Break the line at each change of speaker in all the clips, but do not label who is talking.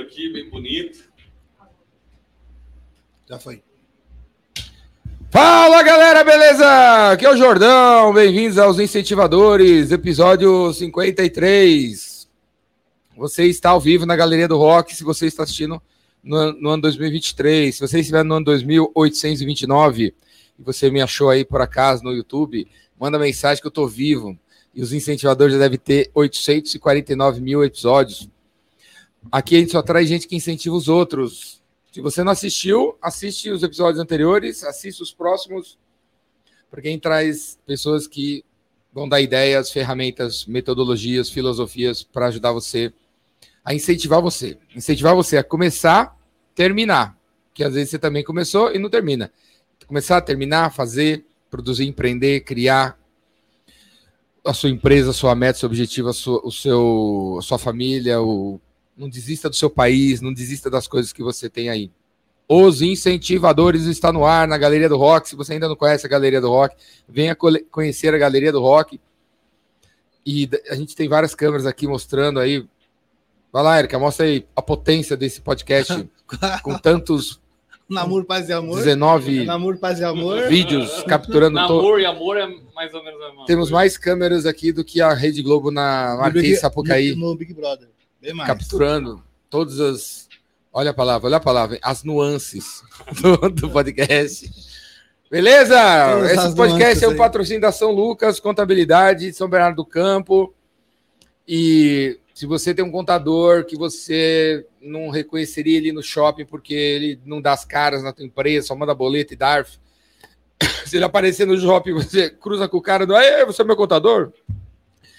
aqui, bem bonito.
Já foi.
Fala galera, beleza? Aqui é o Jordão, bem-vindos aos Incentivadores, episódio 53. Você está ao vivo na Galeria do Rock, se você está assistindo no, no ano 2023, se você estiver no ano 2829 e você me achou aí por acaso no YouTube, manda mensagem que eu tô vivo. E os incentivadores já devem ter 849 mil episódios. Aqui a gente só traz gente que incentiva os outros. Se você não assistiu, assiste os episódios anteriores, assiste os próximos, porque a gente traz pessoas que vão dar ideias, ferramentas, metodologias, filosofias para ajudar você a incentivar você. Incentivar você a começar, terminar. Que às vezes você também começou e não termina. Começar, terminar, fazer, produzir, empreender, criar a sua empresa, a sua meta, seu objetivo, a sua, o seu, a sua família, o não desista do seu país, não desista das coisas que você tem aí. Os Incentivadores está no ar na Galeria do Rock. Se você ainda não conhece a Galeria do Rock, venha cole- conhecer a Galeria do Rock. E d- a gente tem várias câmeras aqui mostrando aí. Vai lá, Erika, mostra aí a potência desse podcast com tantos
Namoro, paz e amor.
19
Namoro, paz e amor.
vídeos capturando todo.
Namor e amor é mais ou menos a mesma
Temos
coisa.
mais câmeras aqui do que a Rede Globo na
No
Marquês
Big-
é Sapucaí.
No, no Big Brother. Bem mais.
capturando todas as. Olha a palavra, olha a palavra, hein? as nuances do, do podcast. Beleza?
Todas as
Esse podcast
nuances
é um
aí.
patrocínio da São Lucas, Contabilidade, São Bernardo do Campo. E se você tem um contador que você não reconheceria ele no shopping porque ele não dá as caras na tua empresa, só manda boleto e DARF. Se ele aparecer no shopping, você cruza com o cara, não é você é meu contador?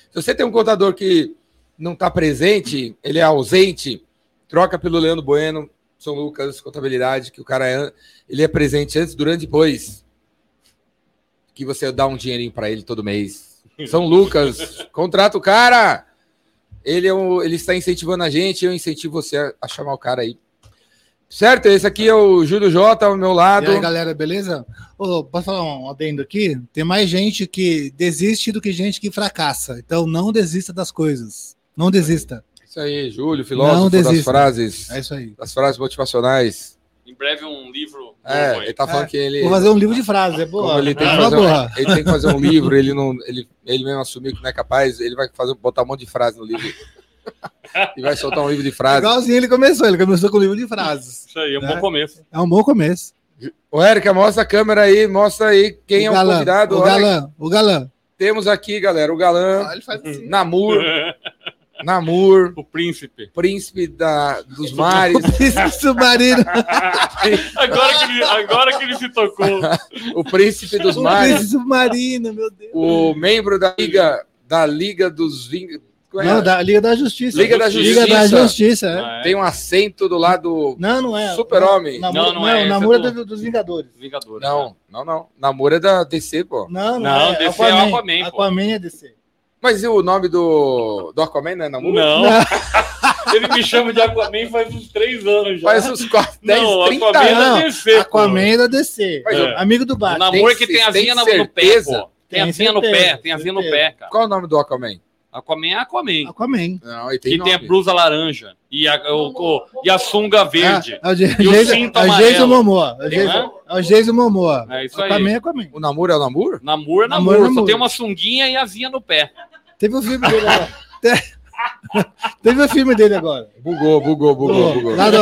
Se você tem um contador que não está presente, ele é ausente, troca pelo Leandro Bueno, São Lucas, contabilidade, que o cara é, ele é presente antes, durante e depois. Que você dá um dinheirinho para ele todo mês. São Lucas, contrata o cara. Ele, é um, ele está incentivando a gente, eu incentivo você a, a chamar o cara aí. Certo? Esse aqui é o Júlio J, ao meu
E
lado.
aí, galera, beleza? Ô, posso falar um adendo aqui? Tem mais gente que desiste do que gente que fracassa. Então não desista das coisas. Não desista.
Isso aí, Júlio, filósofo
Não
das
desista.
frases,
É isso aí.
das frases motivacionais.
Em breve um livro.
É,
novo aí.
ele tá falando
É,
que ele.
Vou fazer um livro de frases, é boa.
Como ele tem,
é
que
uma
fazer
boa.
um, ele tem que fazer um livro, ele não, ele, ele mesmo assumiu que não é capaz, ele vai fazer, botar um monte de frase no livro. e vai soltar um livro de frase.
Igualzinho ele começou, ele começou com o livro de frases.
Isso aí, é um
Né?
bom começo.
É um bom começo.
Ô, Érica, mostra a câmera aí, mostra aí quem é o convidado.
O
Olha,
galã, o galã.
temos aqui, galera, o galã,
ele faz assim.
Namur, Namur,
o príncipe.
príncipe da, dos mares,
Príncipe submarino.
Agora que ele, agora que ele se tocou.
o príncipe dos
O
mares,
príncipe submarino, meu Deus.
o membro da liga, da liga dos é? vinhos.
Não, da Liga da Justiça.
Liga da
Liga
Justiça.
da Justiça, é.
Ah, é.
Tem um acento do lado.
Não, não é.
Super-Homem.
Não,
Namor-
não é,
o
esse
namoro
é do-
é do- dos Vingadores.
Vingador. né?
Não, não, não. Namor é da DC, pô.
Não, não,
Não,
é.
DC é Aquaman, pô.
Aquaman é DC.
Mas e o nome do, do Aquaman não é Namor?
Não. Ele me chama de Aquaman faz uns três anos já.
Faz uns 4, 10,
não,
30
Aquaman
anos.
é
anos.
DC. pô.
Aquaman é da DC.
Mas,
É.
Amigo do
O
Batman.
namoro que tem a
Tem
vinha no, no pé,
certeza?
pô. Tem a
Tem
vinha no pé,
certeza,
tem a vinha no
certeza.
pé, cara.
Qual é o nome do Aquaman?
Aquaman é Aquaman.
Aquaman.
Não, ele tem
Que tem a
nome.
blusa laranja e a, o- o- e a sunga verde.
Ah, é o Je-
E o
Jason-
cinto
é o
amarelo.
Jason Momoa. É o
Tem,
Jason- É o Jason Momoa.
Ah.
É isso aí.
Aquaman é Aquaman.
O Namor é o Namor?
Namor, é
Namor,
namor, só
namor.
tem uma sunguinha e a vinha no pé.
Teve o filme dele agora. Te- Teve o filme dele agora.
Bugou, bugou, bugou, bugou.
Lá do,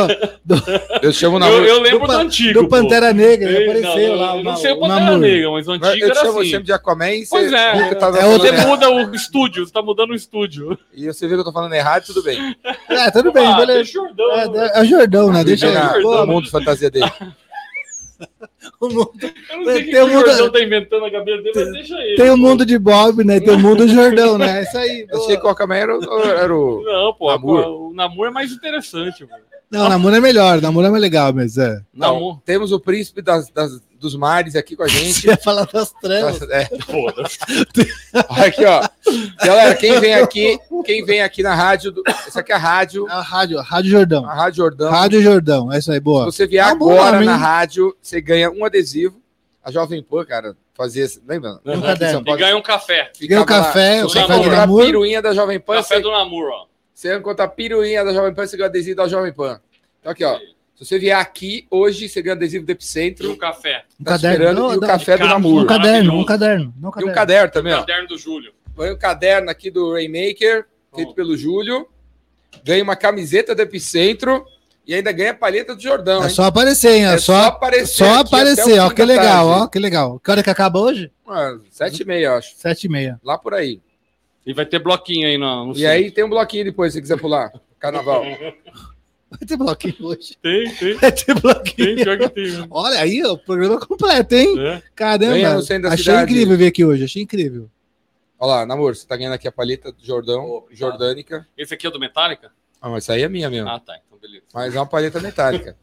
Eu chamo o
eu,
Namor.
eu lembro do,
do Pan-
antigo.
do Pantera Negra, ele
Ei,
apareceu
não,
lá.
eu
o-
não sei o
o
Pantera
namoro.
Negra, mas o antigo
Eu te
era
chamo
assim.
sempre de Aquaman e você,
Pois é.
nunca tá
É
falando
outro-
Você
errado.
muda o estúdio, você tá mudando o estúdio.
E você vê que eu tô falando errado, tudo bem.
É, tudo bem,
Ah,
beleza.
deixa o Jordão.
É, é o Jordão, né?
Deixa
Deixa
Vive
ele.
na-
eu
Jordão.
o mundo de fantasia dele.
O mundo-
Eu não sei o que,
tem
que o
um mundo-
Jordão tá inventando na cabeça dele, mas deixa ele.
Tem o mundo de Bob, né? Tem o mundo do Jordão, né? É isso aí.
Eu sei que o Aquaman era, o- era o...
Não, pô,
Namor.
pô, o namoro é mais interessante, mano.
Não, namoro é melhor, namoro é mais legal, mas é.
Não,
Namor.
temos o príncipe das, das- dos mares aqui com a gente.
Você ia falar das trevas.
Nossa, é.
Foda-se.
Aqui, ó. Galera, quem vem aqui, quem vem aqui na rádio, do... essa aqui é a rádio,
A rádio, a Rádio Jordão.
a Rádio Jordão.
Rádio Jordão, é isso aí,
Se
boa.
você vier
Tá bom,
agora
amém.
na rádio, você ganha um adesivo. A Jovem Pan, cara, fazia, esse- lembra?
Uhum.
é
Aqui em São
E
Paulo,
ganha um café.
ficava
Ganha o café,
lá,
o
você
café do
compra a
namoro.
piruinha da Jovem Pan,
Café
você,
do namoro, ó.
Você encontra a piruinha da Jovem Pan, você ganha adesivo da Jovem Pan. Então aqui, ó. Se você vier aqui hoje, você ganha adesivo do
E o
Epicentro.
café.
Um
Tá
caderno.
esperando.
Não,
e o
não,
café do
Cápsula.
Um
Namur.
caderno, um
Maravilhoso.
caderno. Não um
E o
caderno.
caderno também, ó.
Caderno do Júlio.
Põe o caderno aqui do Rainmaker, feito
Pronto.
pelo Júlio. Ganha uma camiseta do Epicentro e ainda ganha a palheta do Jordão,
É
hein?
só aparecer, hein? É, só,
aparecer.
só
aqui até
aparecer.
o
Ó,
fim
que
da
legal, ó.
tarde.
Que legal. Que hora que acaba hoje?
Ah, Sete e meia, eu acho.
Sete e meia.
Lá por aí.
E vai ter bloquinho aí no. no
E aí tem um bloquinho depois, se quiser pular. Carnaval.
Vai ter bloquinho hoje.
Tem, tem,
Vai ter bloquinho.
tem, pior que tem. né?
Olha aí, ó, o programa completo, hein?
É.
Venha
Caramba.
no centro da
Achei
cidade.
incrível ver aqui hoje. Achei incrível.
Olha lá, namoro, você tá ganhando aqui a palheta do Jordão,
Ô, obrigado.
Jordânica.
Esse aqui é o do Metallica?
Ah, mas essa aí é minha mesmo.
Ah, tá. Então, beleza.
Mas é uma palheta metálica.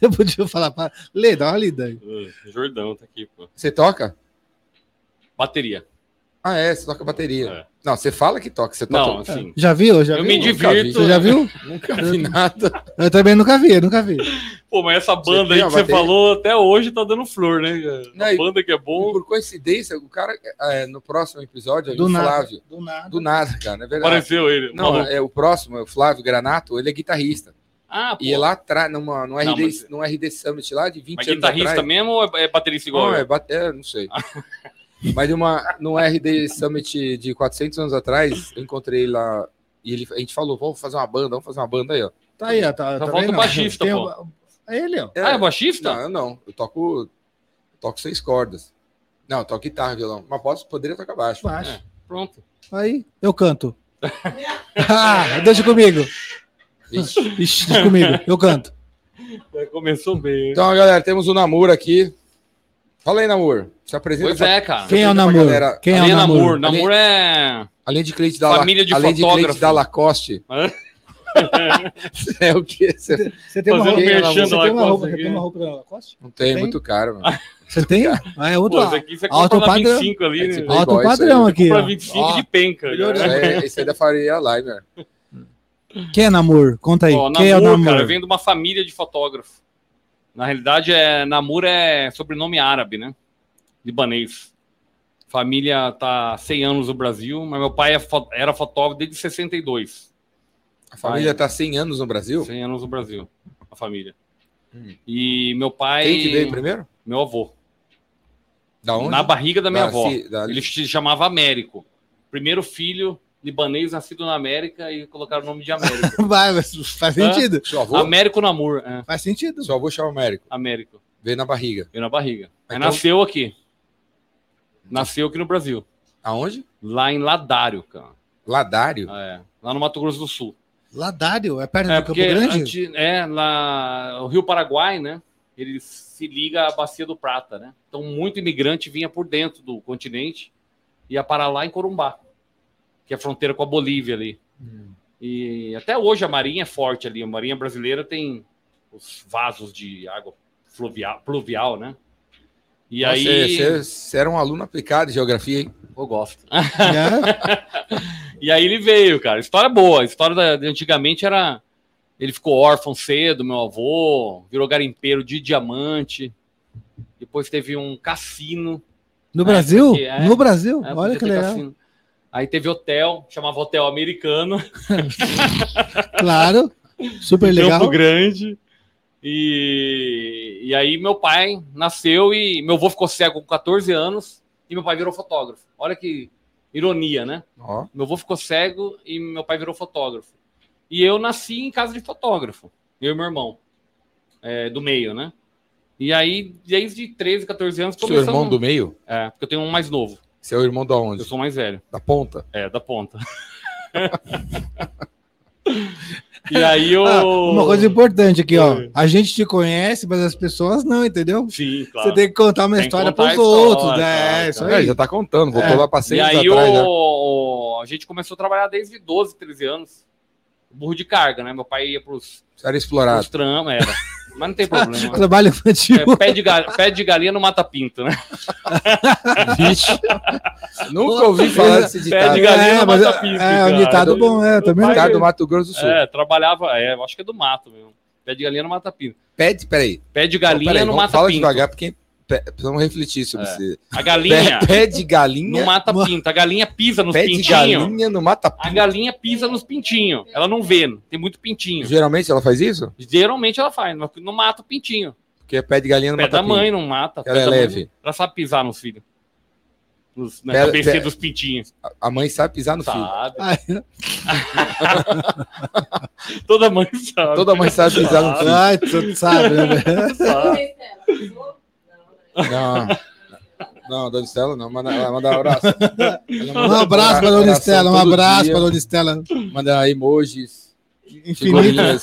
Eu podia falar para. Lê, dá uma lida aí.
Ah, Jordão tá aqui, pô.
Você toca?
Bateria.
Ah, é, você toca bateria.
É.
Não, você fala que toca, você
Não,
toca.
assim.
É. Já viu? Já
eu
viu?
me
Nunca vi.
divirto. né?
Você já viu?
Nunca vi nada.
Eu também nunca vi, nunca vi.
Pô, mas essa
Você
banda aí
tem
que
a
você
bateria?
falou até hoje tá dando flor, né?
Não,
A
e-
banda que é bom.
Por coincidência, o cara, é, no próximo episódio, a gente
Do nada.
Flávio.
Do nada.
Do nada, cara, é verdade.
Apareceu ele.
Não,
maluco.
é, o próximo, é o Flávio Granato, ele é guitarrista.
Ah, pô.
E é lá atrás, numa, no,
Não,
RD,
mas-
no RD Summit lá de 20
Mas
anos
guitarrista
atrás.
mesmo ou é é baterista igual?
Não,
eu?
é, bate- é, não sei. Mas numa, num RD Summit de 400 anos atrás, eu encontrei ele lá e ele, a gente falou, vamos fazer uma banda, vamos fazer uma banda aí, ó.
Tá aí, ó. Tá,
Só
tá
falta
vendo?
o baixista,
Tem
pô.
o- É ele, ó.
Ah, é baixista?
Não, eu não. Eu toco, eu toco seis cordas. Não, eu toco guitarra, violão. Mas posso, poderia tocar baixo.
Baixo.
É. Pronto.
Aí, eu canto. ah, deixa comigo.
Ixi.
Ixi, deixa comigo. Eu canto.
É, começou bem.
Então, galera, temos o Namor aqui. Fala aí, Namor. Se apresenta.
Pois
pra-
é, cara.
Quem é o
Apresenta pra
namoro?
galera.
Quem é o
Além
namoro?
namoro. Namoro é.
Além de cliente da,
Família de
além de cliente
fotógrafo.
da Lacoste.
Hã?
é o que? Você...
Você tem uma
Fazendo
roupa, você
merchan
tem
da
uma
Lacoste
roupa, você
aqui.
tem uma roupa da Lacoste?
Não tem, é
Tem?
muito caro, mano.
Você tem? Ah, é outro,
Pô, esse aqui você
alto
compra na
padrão.
25 ali,
É,
né?
tipo,
alto
Playboy,
padrão
isso
aqui.
Compra
ó.
25
Ó,
de penca.
Isso
cara.
aí, isso aí da Faria né? Limer.
Quem é namoro? Conta aí.
Ó,
Quem é o
namoro, cara,
namoro?
vem de uma família de fotógrafo. Na realidade, é, Namur é sobrenome árabe, né? Libanês. Família tá 100 anos no Brasil, mas meu pai é fo- era fotógrafo desde 62.
A família tá 100 anos no Brasil?
100 anos no Brasil, a família.
Hum.
E meu pai,
Quem que veio primeiro?
meu avô,
Da onde? Ah,
na barriga da minha
Da
avó.
Ci- da-
Ele se chamava Américo. Primeiro filho libanês nascido na América e colocaram o nome de Américo.
Vai, mas faz
Hã?
sentido.
Seu avô?
Américo Namur, é,
Faz sentido.
Seu avô chama Américo.
Américo.
Veio na barriga.
Veio na barriga. Aí um
Então-
nasceu aqui. Nasceu aqui no Brasil.
Aonde?
Lá em Ladário, cara.
Ladário?
É, lá no Mato Grosso do Sul.
Ladário, é perto
É,
do
porque
Campo Grande?
antes- é, lá, o Rio Paraguai, né? Ele se liga à Bacia do Prata, né? Então, muito imigrante vinha por dentro do continente e ia parar lá em Corumbá, que é a fronteira com a Bolívia ali.
Hum.
E até hoje a marinha é forte ali. A marinha brasileira tem os vasos de água fluvial, pluvial, né? E
Nossa,
aí.
Você, você era um aluno aplicado de geografia, hein?
Eu gosto.
É.
E aí ele veio, cara. História boa. A história da- de antigamente era. Ele ficou órfão cedo, meu avô, virou garimpeiro de diamante. Depois teve um cassino.
No
É,
Brasil?
porque é-
No Brasil?
né?
Olha
Podia
que
ter
legal.
cassino. Aí teve hotel, chamava Hotel Americano,
Claro. Super
em
legal.
Campo Grande. E, e aí meu pai nasceu e meu avô ficou cego com 14 anos e meu pai virou fotógrafo. Olha que ironia, né?
Ó,
Meu avô ficou cego e meu pai virou fotógrafo. E eu nasci em casa de fotógrafo, eu e meu irmão, é, do meio, né? E aí, desde 13, 14 anos,
seu irmão do meio?
É, porque eu tenho um mais novo,
Seu irmão da
eu
onde?
sou mais velho.
Da ponta?
É, da ponta. e aí eu...
Ah, uma coisa importante aqui, ó.
Oi.
A gente te conhece, mas as pessoas não, entendeu?
Sim,
Você tem que contar uma
Tem que
história
contar
para
a
os
história,
outros,
tá,
né? É, isso
tá.
É,
aí.
já tá contando, voltou
É.
lá pra
E
seis anos
aí
atrás. né?
o... a gente começou a trabalhar desde 12, 13 anos. Burro de carga, né? Meu pai ia pros,
Você era
pros
explorado.
tramas, era. Mas não tem problema.
Trabalho infantil.
É, pé, de ga- pé de galinha não mata pinto, né?
Nunca ouvi falar desse
Pé de
ditado.
galinha não
mas
mata pinto.
é, é
cara.
um ditado bom, é, eu também.
Vai-
não-
Ditado do Mato Grosso do Sul.
É, trabalhava, é, eu acho que é do mato mesmo. Pé de galinha não mata pinto.
Pé de, peraí.
Pé de galinha
Peraí,
não
vamos-
mata
Fala
pinto.
devagar, porque pe- Precisamos refletir sobre
É.
isso.
A
Pé,
galinha
pé de galinha.
não mata pinta. A galinha pisa nos
pé de
pintinhos.
galinha não mata
A
pinto.
galinha pisa nos pintinhos. Ela não vê, tem muito pintinho.
Geralmente ela faz isso?
Geralmente ela faz, mas não mata o pintinho.
Porque é pé de galinha não
Pé
mata
da
pinto.
mãe não mata.
Ela
pé
é
da mãe-
leve.
Ela sabe pisar nos filhos. Nos- na
Pé-
cabeça
pé-
dos pintinhos.
A- A mãe sabe pisar no filho.
Sabe.
Ai,
Toda mãe sabe.
Toda mãe sabe pisar no filho.
ai, tu sabe, né?
sabe.
Não. Não, Dona Estela não. Manda, ela manda um abraço. Ela manda
Um abraço pra Dona
oração
Estela, um
todo
abraço
dia,
pra Dona Estela.
Manda emojis,
Infinito.
figurinhas.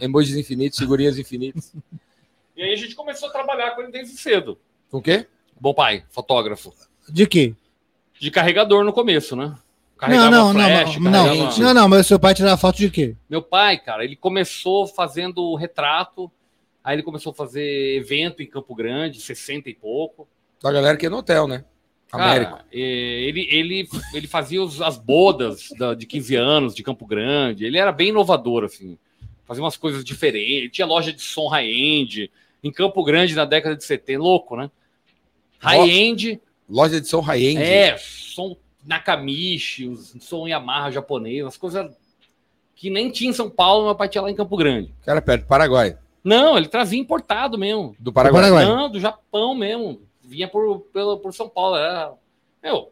Emojis infinitos, figurinhas infinitas.
E aí a gente começou a trabalhar com ele desde cedo.
Com o quê?
Bom pai, fotógrafo.
De quê?
De carregador no começo, né?
Não, não, não, não,
carregava-
não, não, mas o seu pai tirava foto de quê?
Meu pai, cara, ele começou fazendo retrato, aí ele começou a fazer evento em Campo Grande, 60 e pouco.
Da galera que é no hotel, né? Américo.
Cara, eh, ele, ele, ele fazia os- as bodas da- de 15 anos de Campo Grande. Ele era bem inovador, assim. Fazia umas coisas diferentes. Ele Tinha loja de som high-end em Campo Grande na década de 70. Louco, né? High-end,
Loja de som high-end.
é, som Nakamichi, os- som Yamaha japonês, as coisas que nem tinha em São Paulo, meu pai tinha lá em Campo Grande.
O cara é perto do Paraguai.
Não, ele trazia importado mesmo.
Do Paraguai.
Do Paraguai.
Não, do Japão mesmo. Vinha por, pelo, por São Paulo. Era... Meu,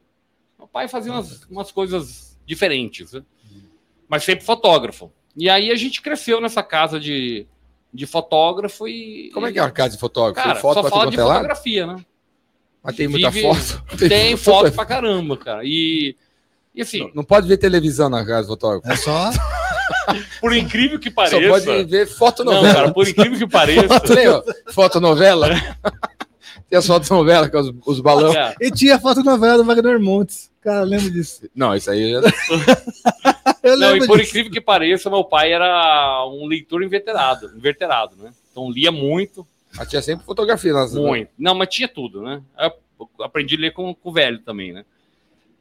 meu pai fazia umas, umas coisas diferentes, né? mas sempre fotógrafo. E aí a gente cresceu nessa casa de, de fotógrafo e.
Como é que é uma casa de fotógrafo?
Cara,
tem foto
só
pra
fala de
tudo quanto é lado?
fotografia, né?
Mas tem muita
Vive-
foto.
Tem foto pra caramba, cara. E, e assim,
Não, não pode ver televisão na casa do fotógrafo.
É só.
por incrível que
Só
pareça.
pode ver foto
Não,
novela.
cara, por incrível que pareça.
foto novela?
É.
Tem as fotos novela com os, os balões.
cara,
E tinha foto novela do Wagner Montes. Cara, eu lembro disso.
Não, isso aí já...
Eu
Não,
lembro
e por
disso.
incrível que pareça, meu pai era um leitor inveterado, inveterado, né? Então lia muito,
Mas tinha sempre fotografia. Nas...
muito. Não, mas tinha tudo, né? Eu aprendi a ler com, com o velho também, né?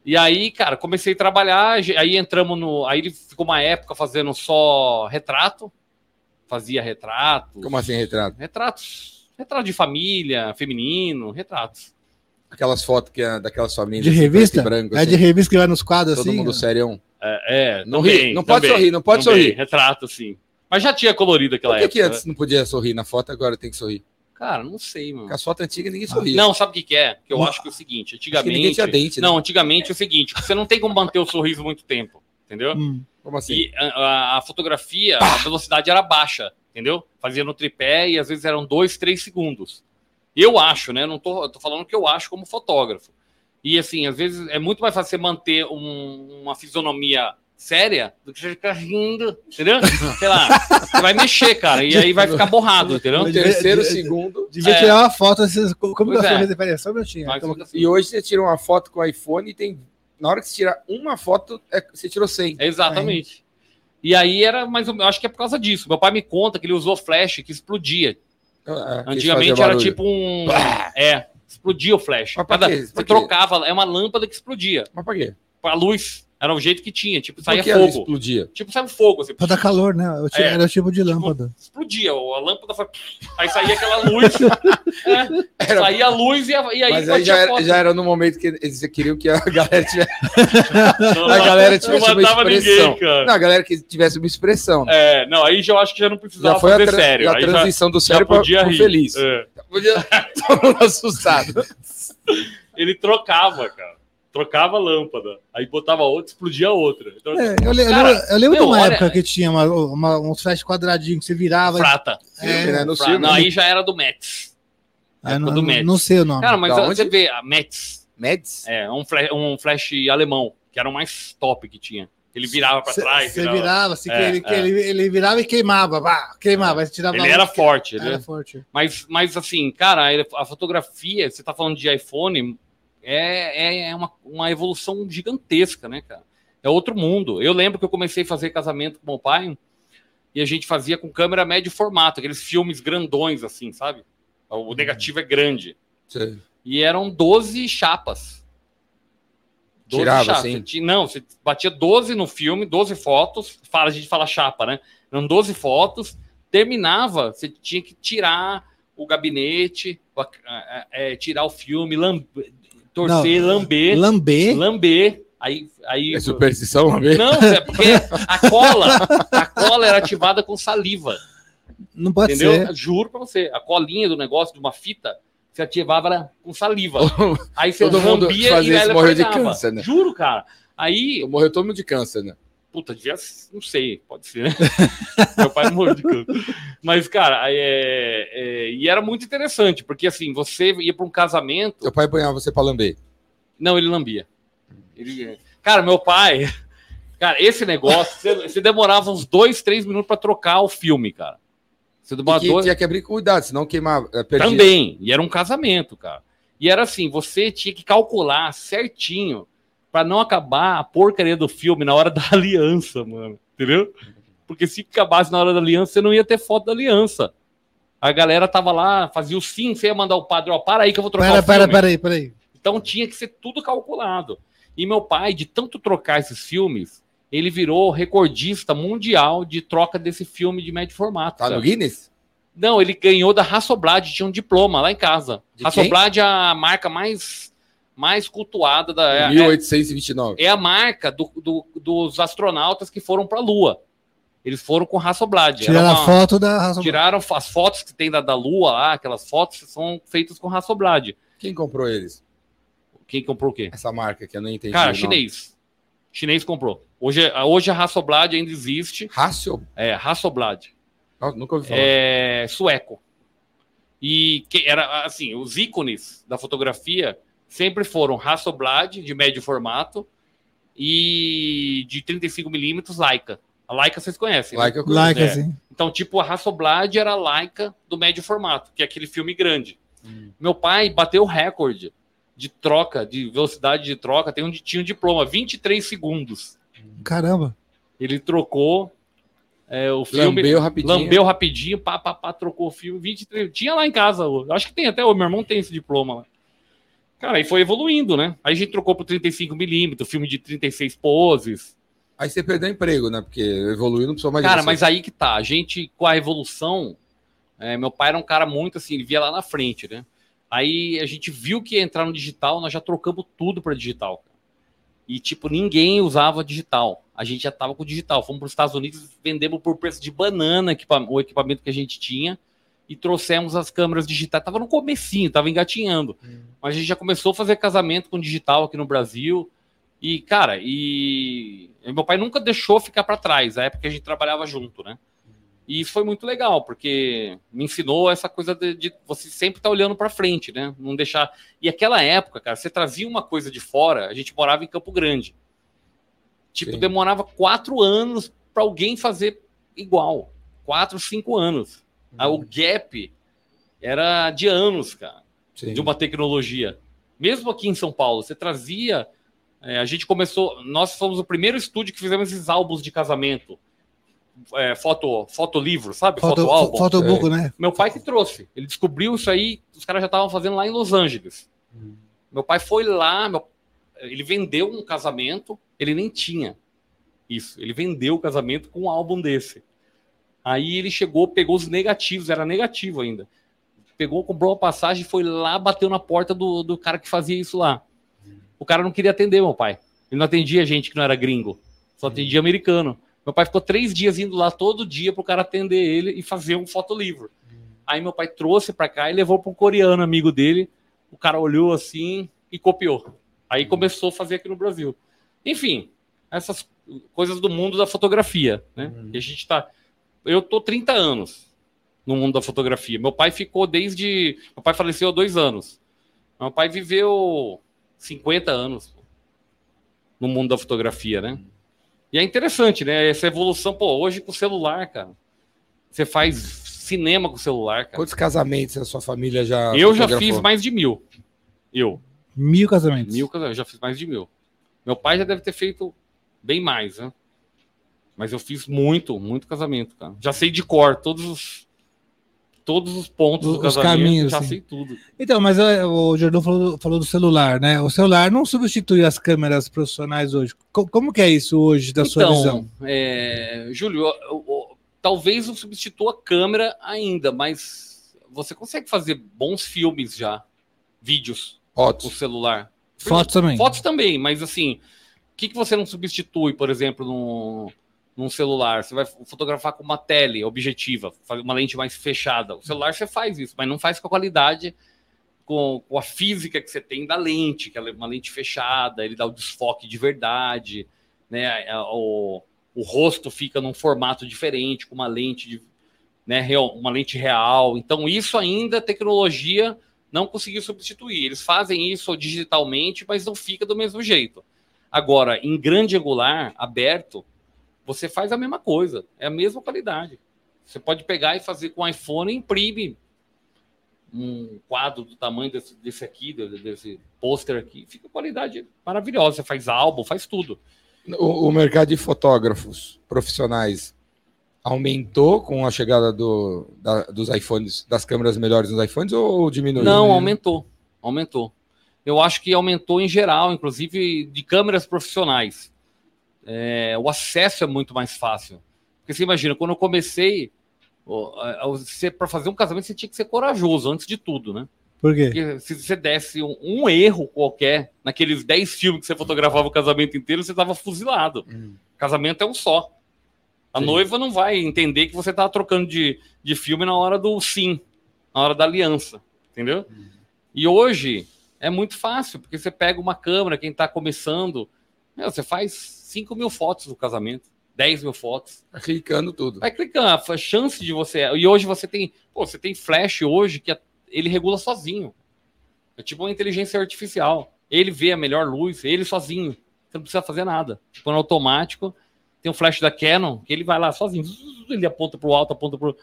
E aí, cara, comecei a trabalhar, ge- aí entramos no. Aí ele ficou uma época fazendo só retrato, fazia retrato.
Como assim, retrato?
Retratos. Retrato de família, feminino, retratos.
Aquelas fotos que é daquelas famílias.
De
assim,
revista?
preto e branco,
É de
assim,
revista que vai nos quadros
Todo
assim.
mundo
ó.
serião.
É, é,
Não
também,
ri, não pode
também,
sorrir, não pode
também,
sorrir.
Retrato, sim. Mas já tinha colorido aquela
Por que, que
época.
antes não podia sorrir na foto, agora tem que sorrir?
né? Cara, não sei, mano.
Com as fotos antigas ninguém sorria.
Não, sabe o que, que é? Que eu
Não.
acho que é o seguinte,
Acho que ninguém
antigamente.
tinha dente, né?
Não, antigamente é o seguinte, você não tem como manter o sorriso muito tempo, entendeu?
Hum.
Como assim?
E a, a- a fotografia, a velocidade era baixa, entendeu? Fazia no tripé e às vezes eram dois, três segundos. Eu acho, né? Não tô, eu tô falando o que eu acho como fotógrafo. E assim, às vezes é muito mais fácil você manter um- uma fisionomia séria do que você ficar rindo, entendeu? Sei lá, você vai mexer, cara, e aí vai ficar borrado, entendeu?
No Então, terceiro
né?
segundo.
Devia
É.
tirar uma foto. assim, como que
Pois
eu
é.
fazia? Peraí, só um minutinho.
Mas
Então,
fica assim.
E hoje você tira uma foto com o iPhone e tem. Na hora que você tirar uma foto, é- você tirou 100.
Exatamente. E aí era, mas eu acho que é por causa disso. Meu pai me conta que ele usou flash que explodia.
Ah, quis
Antigamente
fazer
era
barulho. Ah!
tipo um. É, explodia o flash.
Mas pra
Cada,
quê? Pra
você
quê?
trocava, é uma lâmpada que explodia.
Mas pra quê?
A luz era o jeito que tinha, tipo,
Por
saía
que ela
fogo.
explodia?
Tipo, saiu fogo, assim,
Pra dar calor, né? Eu tinha-
É.
Era o tipo de lâmpada.
explodia. A lâmpada foi. Aí saía aquela luz. é,
Era-
Saía a luz e, a- Então, e aí
Mas aí já
batia
era,
foto.
já era no momento que eles queriam que a galera tivesse,
Não,
a galera
não
tivesse uma
matava
expressão.
ninguém, cara.
Não, a galera que tivesse uma expressão. né?
É, não, aí já eu acho que já não precisava
Já foi a,
fazer
tra-
sério.
a
Aí já,
transição do
já
sério para
podia rir.
feliz.
É.
Podia... Todo mundo assustado.
ele trocava, cara. Trocava a lâmpada. Aí botava outra, explodia a outra. Então,
É, eu, le- eu
Cara,
lembro, eu lembro
meu,
de uma
olha-
época que tinha uma, uma- uns flash quadradinhos que você virava. é, e-
Frata.
Filme, né? No
Frata.
filme.
É, Não, aí já era do Mets.
Ah,
época
não,
do
não-
Mets.
não sei o nome.
Cara, mas
Da
a-
onde?
você vê a Mets.
Meds?
É, um flash, um flash alemão, que era o mais top que tinha. Ele virava pra
Cê-
trás.
Você
virava.
virava, assim, que
É,
ele, que
é.
ele, ele virava e queimava. pá, queimava, aí você tirava
Ele era
luz,
forte. né?
Era
Ele...
forte.
Mas, mas assim, cara, ele- a fotografia, você tá falando de iPhone, é, é, é uma, uma evolução gigantesca, né, cara? É outro mundo. Eu lembro que eu comecei a fazer casamento com meu pai e a gente fazia com câmera médio formato, aqueles filmes grandões, assim, sabe?
Uhum.
O negativo é grande.
Sei.
E eram 12 chapas.
Tirava, assim?
Você ti- Não, você batia 12 no filme, 12 fotos. Fala, a gente fala chapa, né? Eram 12 fotos. Terminava, você tinha que tirar o gabinete, o ac- a- a- é, tirar o filme, lam- torcer, lamber,
Lambê.
lamber. Aí, aí
É superstição, uma vez?
não, é porque a cola, a cola era ativada com saliva,
Não pode
entendeu?
ser.
Juro pra você, a colinha do negócio de uma fita se ativava era com saliva. Aí você
Todo mundo
lambia
fazia
e
isso,
ela
morreu de
pegava.
câncer, né?
Juro, cara. Aí
Morreu todo mundo de câncer, né?
Puta, devia, não sei, pode ser, né? Meu pai morreu de câncer. Mas, cara, é, é, e era muito interessante, porque assim, você ia pra um casamento.
Seu pai apanhava você pra lamber.
Não, ele lambia. Ele- Cara, meu pai. Cara, esse negócio, você, você demorava uns dois, três minutos pra trocar o filme, cara. Você
E
demorava
que,
dois.
tinha que abrir com cuidado, senão queimava. eh, Perdia.
Também. E era um casamento, cara. E era assim, você tinha que calcular certinho pra não acabar a porcaria do filme na hora da aliança, mano. Entendeu? Porque se acabasse na hora da aliança, você não ia ter foto da aliança. A galera tava lá, fazia o sim, você ia mandar o padre, ó, para aí que eu vou trocar
Para,
o filme.
para, para aí, para aí.
Então tinha que ser tudo calculado. E meu pai, de tanto trocar esses filmes, ele virou recordista mundial de troca desse filme de médio formato.
Tá
cara.
no Guinness?
Não, ele ganhou da Hasselblad, tinha um diploma lá em casa.
De
Hasselblad é a marca mais, mais cultuada da. É, é-
1829.
é a marca do- do- dos astronautas que foram para a Lua. Eles foram com Hasselblad. Era
Tiraram
uma-
a foto da razão.
tiraram as fotos que tem da, da Lua lá, aquelas fotos que são feitas com Hasselblad.
Quem comprou eles?
Quem comprou o quê?
Essa marca que eu não entendi.
Cara,
o nome.
chinês. Chinês comprou. Hoje, é, hoje a Hasselblad ainda existe.
Racio?
É, Hasselblad.
Nossa, nunca ouvi falar.
é, sueco. E que era assim, os ícones da fotografia sempre foram Hasselblad de médio formato e de 35 mm Leica. A Leica vocês conhecem, né?
Like eu conheço.
Like
É.
assim.
Então, tipo, a Hasselblad era a Leica do médio formato, que é aquele filme grande.
Hum.
Meu pai bateu o recorde de troca, de velocidade de troca, tem um tinha um diploma, 23 segundos.
Caramba.
Ele trocou é, o filme
Lambeu rapidinho.
Lambeu rapidinho, pá, pá, pá, trocou o filme. 23. Tinha lá em casa, eu acho que tem até, o meu irmão tem esse diploma lá. Cara, aí foi evoluindo, né? Aí a gente trocou pro 35mm, filme de 36 poses.
Aí você perdeu o emprego, né? Porque evoluiu, não precisou mais de
Cara,
você.
mas aí que tá, a gente, com a evolução, é, meu pai era um cara muito assim, ele via lá na frente, né? Aí a gente viu que ia entrar no digital, nós já trocamos tudo pra digital. E, tipo, ninguém usava digital. A gente já tava com digital. Fomos para os Estados Unidos, vendemos por preço de banana equipa- o equipamento que a gente tinha e trouxemos as câmeras digitais. Tava no comecinho, tava engatinhando. Mas a gente já começou a fazer casamento com digital aqui no Brasil. E, cara, e... e meu pai nunca deixou ficar para trás, a época que a gente trabalhava junto, né? E isso foi muito legal, porque me ensinou essa coisa de, de você sempre estar olhando para frente, né? Não deixar. E aquela época, cara, você trazia uma coisa de fora, a gente morava em Campo Grande. Tipo,
Sim.
demorava quatro anos para alguém fazer igual. Quatro, cinco anos. Aí o gap era de anos, cara
Sim.
de um- uma tecnologia. Mesmo aqui em São Paulo, você trazia. é, a gente começou. Nós fomos o primeiro estúdio que fizemos esses álbuns de casamento. É, foto, foto livro, sabe? Foto,
Foto,
álbum. É.
fotobook, né?
Meu pai que trouxe. Ele descobriu isso aí, os caras já estavam fazendo lá em Los Angeles.
Hum.
Meu pai foi lá, meu- ele vendeu um casamento, ele nem tinha isso. Ele vendeu o casamento com um álbum desse. Aí ele chegou, pegou os negativos, era negativo ainda. Pegou, comprou uma passagem, foi lá, bateu na porta do, do cara que fazia isso lá. O cara não queria atender meu pai. Ele não atendia gente que não era gringo, só atendia americano. Meu pai ficou três dias indo lá todo dia pro cara atender ele e fazer um fotolivro. Aí meu pai trouxe pra cá e levou para um coreano amigo dele. O cara olhou assim e copiou.
Uhum.
Aí começou a fazer aqui no Brasil. Enfim, essas coisas do mundo da fotografia, né?
Uhum.
E a gente tá. Eu tô 30 anos no mundo da fotografia. Meu pai ficou desde. Meu pai faleceu há dois anos. Meu pai viveu 50 anos no mundo da fotografia, né?
Uhum.
E é interessante, né? Essa evolução, pô, hoje com o celular, cara. Você faz cinema com o celular, cara.
Quantos casamentos a sua família já
Eu já
fotografou?
fiz mais de mil. Eu.
Mil casamentos.
Mil, eu já fiz mais de mil. Meu pai já deve ter feito bem mais, né? Mas eu fiz muito, muito casamento, cara. Já sei de cor todos os, todos os pontos
Os-
do
os
casamento.
caminhos,
já
sim.
sei tudo.
Então, mas ó, o Jordão falou, falou do celular, né? O celular não substitui as câmeras profissionais hoje. Co- como que é isso hoje, da sua
Então,
visão?
é, Júlio, eu- eu- eu- talvez não substitua a câmera ainda, mas você consegue fazer bons filmes já, vídeos com o
Fotos.
celular.
Fotos também.
Fotos também, mas assim, o que, que você não substitui, por exemplo, num, num celular? Você vai fotografar com uma tele objetiva, fazer uma lente mais fechada. O celular você faz isso, mas não faz com a qualidade, com, com a física que você tem da lente, que ela é uma lente fechada, ele dá o desfoque de verdade, né? A- O, o rosto fica num formato diferente, com uma lente de. Né, real- uma lente real. Então, isso ainda a tecnologia não conseguiu substituir. Eles fazem isso digitalmente, mas não fica do mesmo jeito. Agora, em grande angular, aberto, você faz a mesma coisa, é a mesma qualidade. Você pode pegar e fazer com o iPhone e imprime um quadro do tamanho desse, desse aqui, de- desse pôster aqui, fica qualidade maravilhosa. Você faz álbum, faz tudo.
O, o mercado de fotógrafos profissionais aumentou com a chegada do, da- dos iPhones, das câmeras melhores nos iPhones ou, ou diminuiu?
Não,
Né?
aumentou. Aumentou. Eu acho que aumentou em geral, inclusive de câmeras profissionais. É, o acesso é muito mais fácil. Porque você imagina, quando eu comecei, para fazer um casamento você tinha que ser corajoso, antes de tudo, né?
Por quê?
Porque se você desse um, um erro qualquer naqueles 10 filmes que você fotografava o casamento inteiro, você estava fuzilado.
Hum.
Casamento é um só. A
Sim.
noiva não vai entender que você estava trocando de, de filme na hora do sim, na hora da aliança, entendeu?
Hum.
E hoje é muito fácil, porque você pega uma câmera, quem está começando, meu, você faz 5 mil fotos do casamento, 10 mil fotos.
Tá Clicando tudo.
Vai clicando, a chance de você. E hoje você tem. Pô, você tem flash hoje que a- ele regula sozinho. É tipo uma inteligência artificial. Ele vê a melhor luz, ele sozinho. Você não precisa fazer nada. Tipo, no automático, tem um flash da Canon, que ele vai lá sozinho. Zuz, Ele aponta pro alto, aponta pro.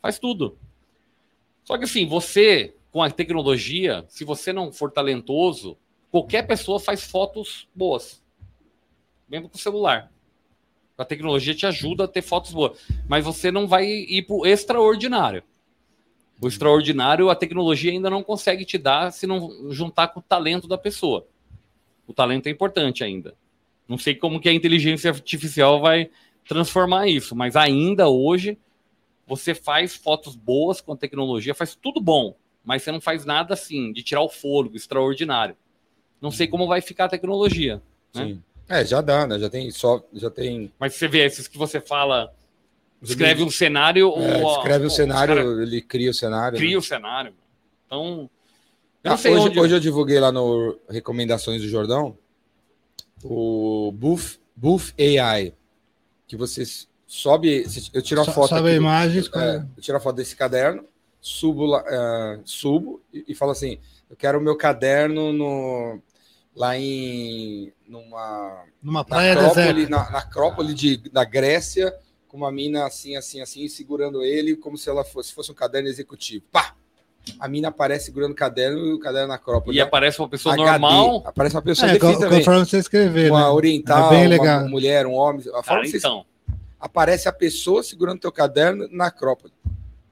Faz tudo. Só que assim, você, com a tecnologia, se você não for talentoso, qualquer pessoa faz fotos boas. Mesmo com o celular. A tecnologia te ajuda a ter fotos boas mas você não vai ir para o extraordinário. O extraordinário, a tecnologia ainda não consegue te dar se não juntar com o talento da pessoa. O talento é importante ainda. Não sei como que a inteligência artificial vai transformar isso, mas ainda hoje você faz fotos boas com a tecnologia, faz tudo bom, mas você não faz nada assim de tirar o fôlego extraordinário. Não sei como vai ficar a tecnologia.
Sim. É, já dá, né? Já tem só, já tem.
Mas você vê esses que você fala, escreve um cenário.
É,
ou-
escreve o
ou-
cenário,
os caras
ele cria o cenário. né?
Cria o cenário. Então. Eu
Ah,
não sei
hoje,
onde.
hoje eu divulguei lá no Recomendações do Jordão o Buff, Buff AI, que você s- sobe, se- eu tiro a
So-
foto
Sobe
aqui
a
do-
imagem.
é,
escolhe.
eu tiro a foto desse caderno, subo lá, é, subo e, e falo assim, eu quero o meu caderno no lá em numa na
Numa
é
praia
Acrópole,
deserta.
na, na Acrópole de, da Grécia, com uma mina assim, assim, assim, segurando ele, como se ela fosse, fosse um caderno executivo. Pá! A mina aparece segurando o caderno e o caderno na Acrópole.
E
né?
aparece uma pessoa
HD.
normal.
Aparece uma pessoa
É, co-
deficiente também.
conforme você escrever,
Uma
né?
oriental,
É bem legal.
uma mulher, um homem. A forma
Cara,
que você-
então.
Aparece a pessoa segurando teu caderno na Acrópole,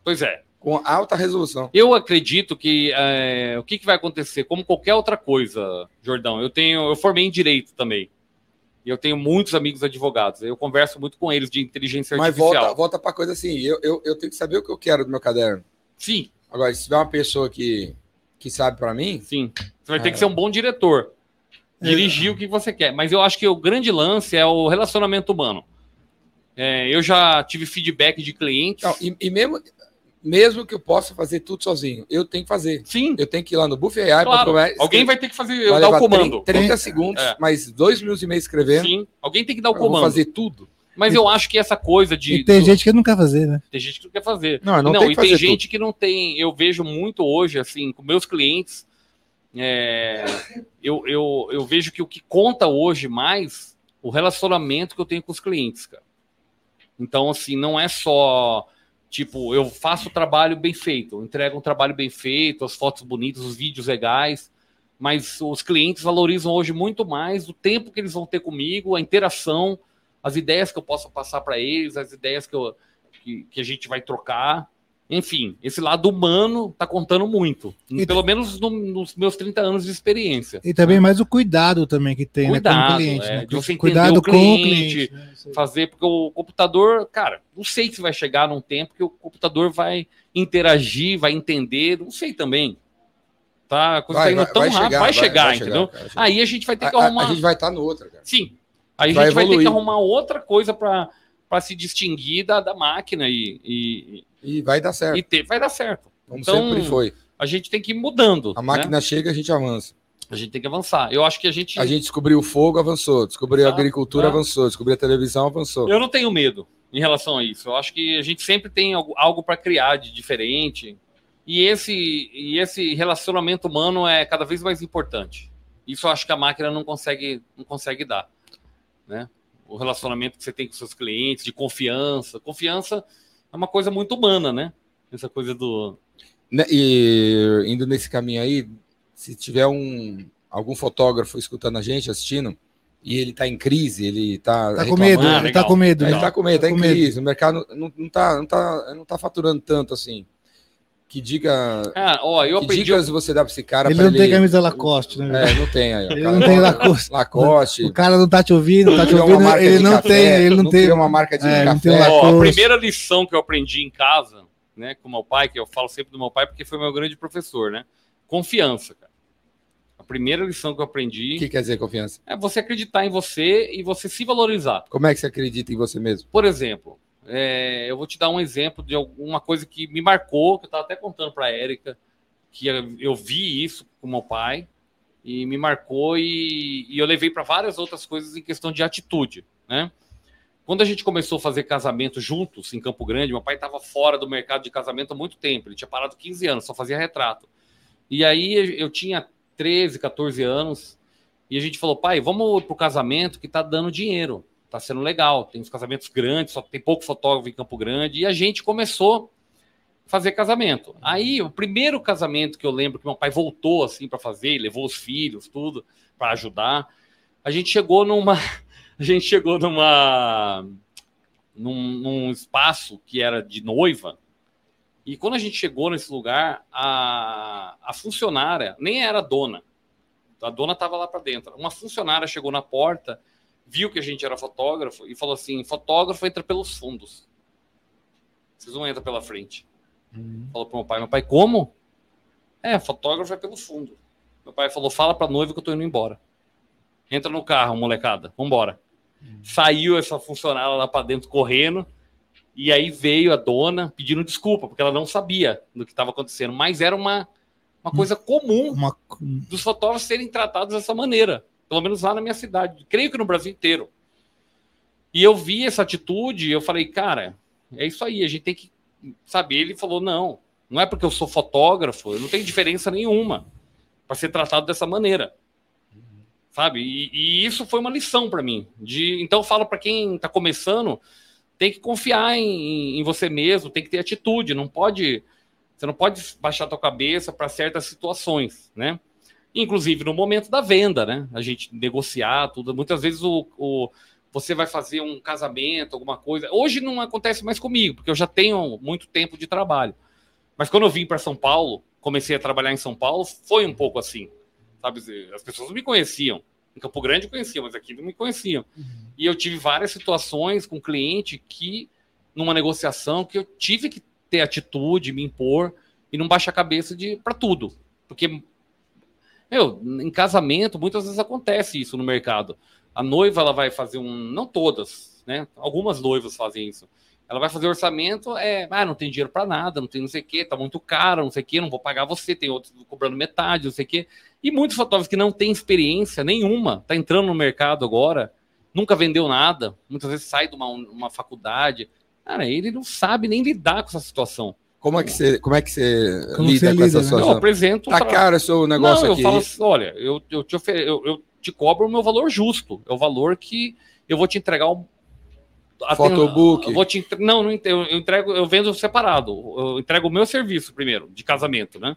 Pois é.
com alta resolução.
Eu acredito que é, o que, que vai acontecer, como qualquer outra coisa, Jordão. Eu tenho, eu formei em direito também. E eu tenho muitos amigos advogados. Eu converso muito com eles de inteligência
Mas
artificial.
volta, volta para coisa assim, eu, eu, eu tenho que saber o que eu quero do meu caderno.
Sim,
Agora, se tiver uma pessoa que, que sabe para mim,
sim. Você vai ter
É.
que ser um bom diretor. dirigir o que você quer. Mas eu acho que o grande lance é o relacionamento humano. É, eu já tive feedback de clientes.
Não, e, e mesmo, mesmo que eu possa fazer tudo sozinho, eu tenho que fazer.
Sim,
Eu tenho que ir lá no buffet AI pra
claro.
comer-
Alguém vai ter que fazer dar o
levar
comando.
30, 30 segundos,
É.
mais dois minutos e meio escrevendo.
Sim, alguém tem que dar o
eu vou
comando.
fazer tudo.
Mas eu acho que essa coisa de.
E tem
do-
gente que não quer fazer, né?
tem gente que não quer fazer.
Não, eu
Não,
tenho
e
que
tem
fazer
gente que não tem. Eu vejo muito hoje, assim, com meus clientes. é, eu, eu, eu vejo que o que conta hoje mais o relacionamento que eu tenho com os clientes, cara. Então, assim, não é só. Tipo, eu faço o trabalho bem feito, eu entrego um trabalho bem feito, as fotos bonitas, os vídeos legais, mas os clientes valorizam hoje muito mais o tempo que eles vão ter comigo, a interação, as ideias que eu posso passar para eles, as ideias que, eu, que, que a gente vai trocar. Enfim, esse lado humano tá contando muito.
E-
Pelo menos no- nos meus 30 anos de experiência.
E também mais o cuidado também que tem, né? Com
É. Cuidado,
o cliente,
é,
né?
de você entender
Cuidado
o
com o
cliente,
cliente. né? Isso aí.
Fazer, porque o computador, cara, não sei se vai chegar num tempo que o computador vai interagir, vai entender, não sei também. Tá? A coisa
Vai,
tá indo
vai,
tão
vai
rápido,
chegar,
vai chegar, entendeu?
cara, vai chegar.
Aí a gente vai ter que
A- a-
arrumar.
A, gente vai estar no outra, cara.
Sim. Aí a
Vai
gente vai ter que
evoluir.
arrumar outra coisa para se distinguir da, da máquina e, e,
E vai dar certo,
e ter, vai dar certo.
como
então-
sempre foi.
A gente tem que ir mudando.
A
né?
máquina chega, a gente avança.
A gente tem que avançar. Eu acho que a gente.
A gente descobriu o fogo, avançou. Descobriu a
Exato, É.
agricultura,
exato.
avançou. Descobriu a televisão, avançou.
Eu não tenho medo em relação a isso. Eu acho que a gente sempre tem algo, para criar de diferente. E esse, e esse relacionamento humano é cada vez mais importante. Isso eu acho que a máquina não consegue, não consegue dar. Né? O relacionamento que você tem com seus clientes, de confiança. Confiança é uma coisa muito humana, né? Essa coisa do.
Né, E indo nesse caminho aí, se tiver um algum fotógrafo escutando a gente, assistindo, e ele tá em crise, ele tá.
Tá com
reclamando,
medo,
Ah,
ele
legal.
tá com medo.
Ele
Não.
tá com medo, tá
Tá
em
com medo.
crise. O mercado não, não, tá, não, tá, não tá faturando tanto assim. Que dica.
Cara, "Ah, ó, eu
que
aprendi. um-
dicas você dá pra esse cara?
Ele
pra
não tem camisa Lacoste, né?
É, não tem aí. ó.
Ele
Cara,
não tem Lacoste.
Lacoste.
O cara não tá te ouvindo, tá te
criou uma
ouvindo,
marca
ele
de
não
café,
tem, ele não tem.
criou uma marca de
É, não tem
café.
Lacoste.
Ó, a primeira lição que eu aprendi em casa, né, com meu pai, que eu falo sempre do meu pai porque foi meu grande professor, né? Confiança, cara. A primeira lição que eu aprendi
O que quer dizer confiança?
é você acreditar em você e você se valorizar.
Como é que você acredita em você mesmo?
Por exemplo, é, eu vou te dar um exemplo de alguma coisa que me marcou, que eu estava até contando para a Érica, que eu eu vi isso com meu pai e me marcou e, e eu levei para várias outras coisas em questão de atitude, né? Quando a gente começou a fazer casamento juntos em Campo Grande, meu pai estava fora do mercado de casamento há muito tempo, ele tinha parado 15 anos, só fazia retrato. E aí eu tinha 13, 14 anos e a gente falou, pai, vamos pro casamento que tá dando dinheiro tá sendo legal. Tem uns casamentos grandes, só tem pouco fotógrafo em Campo Grande. E a gente começou a fazer casamento. Aí, o primeiro casamento que eu lembro que meu pai voltou assim para fazer, e levou os filhos, tudo, para ajudar. A gente chegou numa. A gente chegou numa. Num, num espaço que era de noiva. E quando a gente chegou nesse lugar, a, a funcionária nem era dona. A dona estava lá para dentro. Uma funcionária chegou na porta viu que a gente era fotógrafo e falou assim: fotógrafo entra pelos fundos. Vocês não entram pela frente. Falou pro meu pai: meu pai, como? É, fotógrafo é pelo fundo. Meu pai falou: fala pra noiva que eu tô indo embora. Entra no carro, molecada, vambora. Saiu essa funcionária lá pra dentro correndo. E aí veio a dona pedindo desculpa, porque ela não sabia do que estava acontecendo, mas era uma, uma coisa comum
Uma,
dos fotógrafos serem tratados dessa maneira, pelo menos lá na minha cidade, creio que no Brasil inteiro. E eu vi essa atitude, eu falei, cara, é isso aí, a gente tem que saber. Ele falou, não, não é porque eu sou fotógrafo, eu não tenho diferença nenhuma para ser tratado dessa maneira, sabe? E, e isso foi uma lição para mim. De, então eu falo para quem está começando, tem que confiar em, em você mesmo, tem que ter atitude, não pode, você não pode baixar a tua cabeça para certas situações, né? inclusive no momento da venda, né? A gente negociar tudo. Muitas vezes o, o- você vai fazer um casamento, alguma coisa. Hoje não acontece mais comigo, porque eu já tenho muito tempo de trabalho. Mas quando eu vim para São Paulo, comecei a trabalhar em São Paulo, foi um pouco assim, sabe? As pessoas não me conheciam. Em Campo Grande conheciam, mas aqui não me conheciam. E eu tive várias situações com cliente que, numa negociação, que eu tive que ter atitude, me impor e não baixar a cabeça de para tudo. Porque meu, em casamento, muitas vezes acontece isso no mercado. A noiva, ela vai fazer um. Não todas, né? Algumas noivas fazem isso. Ela vai fazer orçamento, é. Ah, não tem dinheiro para nada, não tem não sei o quê, tá muito caro, não sei o quê, não vou pagar você. Tem outros cobrando metade, não sei o quê. E muitos fotógrafos que não têm experiência nenhuma, tá entrando no mercado agora, nunca vendeu nada, muitas vezes sai de uma, uma faculdade. Cara, ele não sabe nem lidar com essa situação.
Como é que você, como é que você
Como
lida
você
com essa
lida, né?
Eu
situação?
apresento.
Tá
pra-
caro esse seu negócio
não,
aqui.
eu falo assim, olha, eu, eu te ofer... eu, eu te cobro o meu valor justo. É o valor que eu vou te entregar um, o. a-
Photobook.
ah, um- Eu vou te entre- Não, não entrego, eu entrego, eu vendo separado. Eu entrego o meu serviço primeiro, de casamento, né?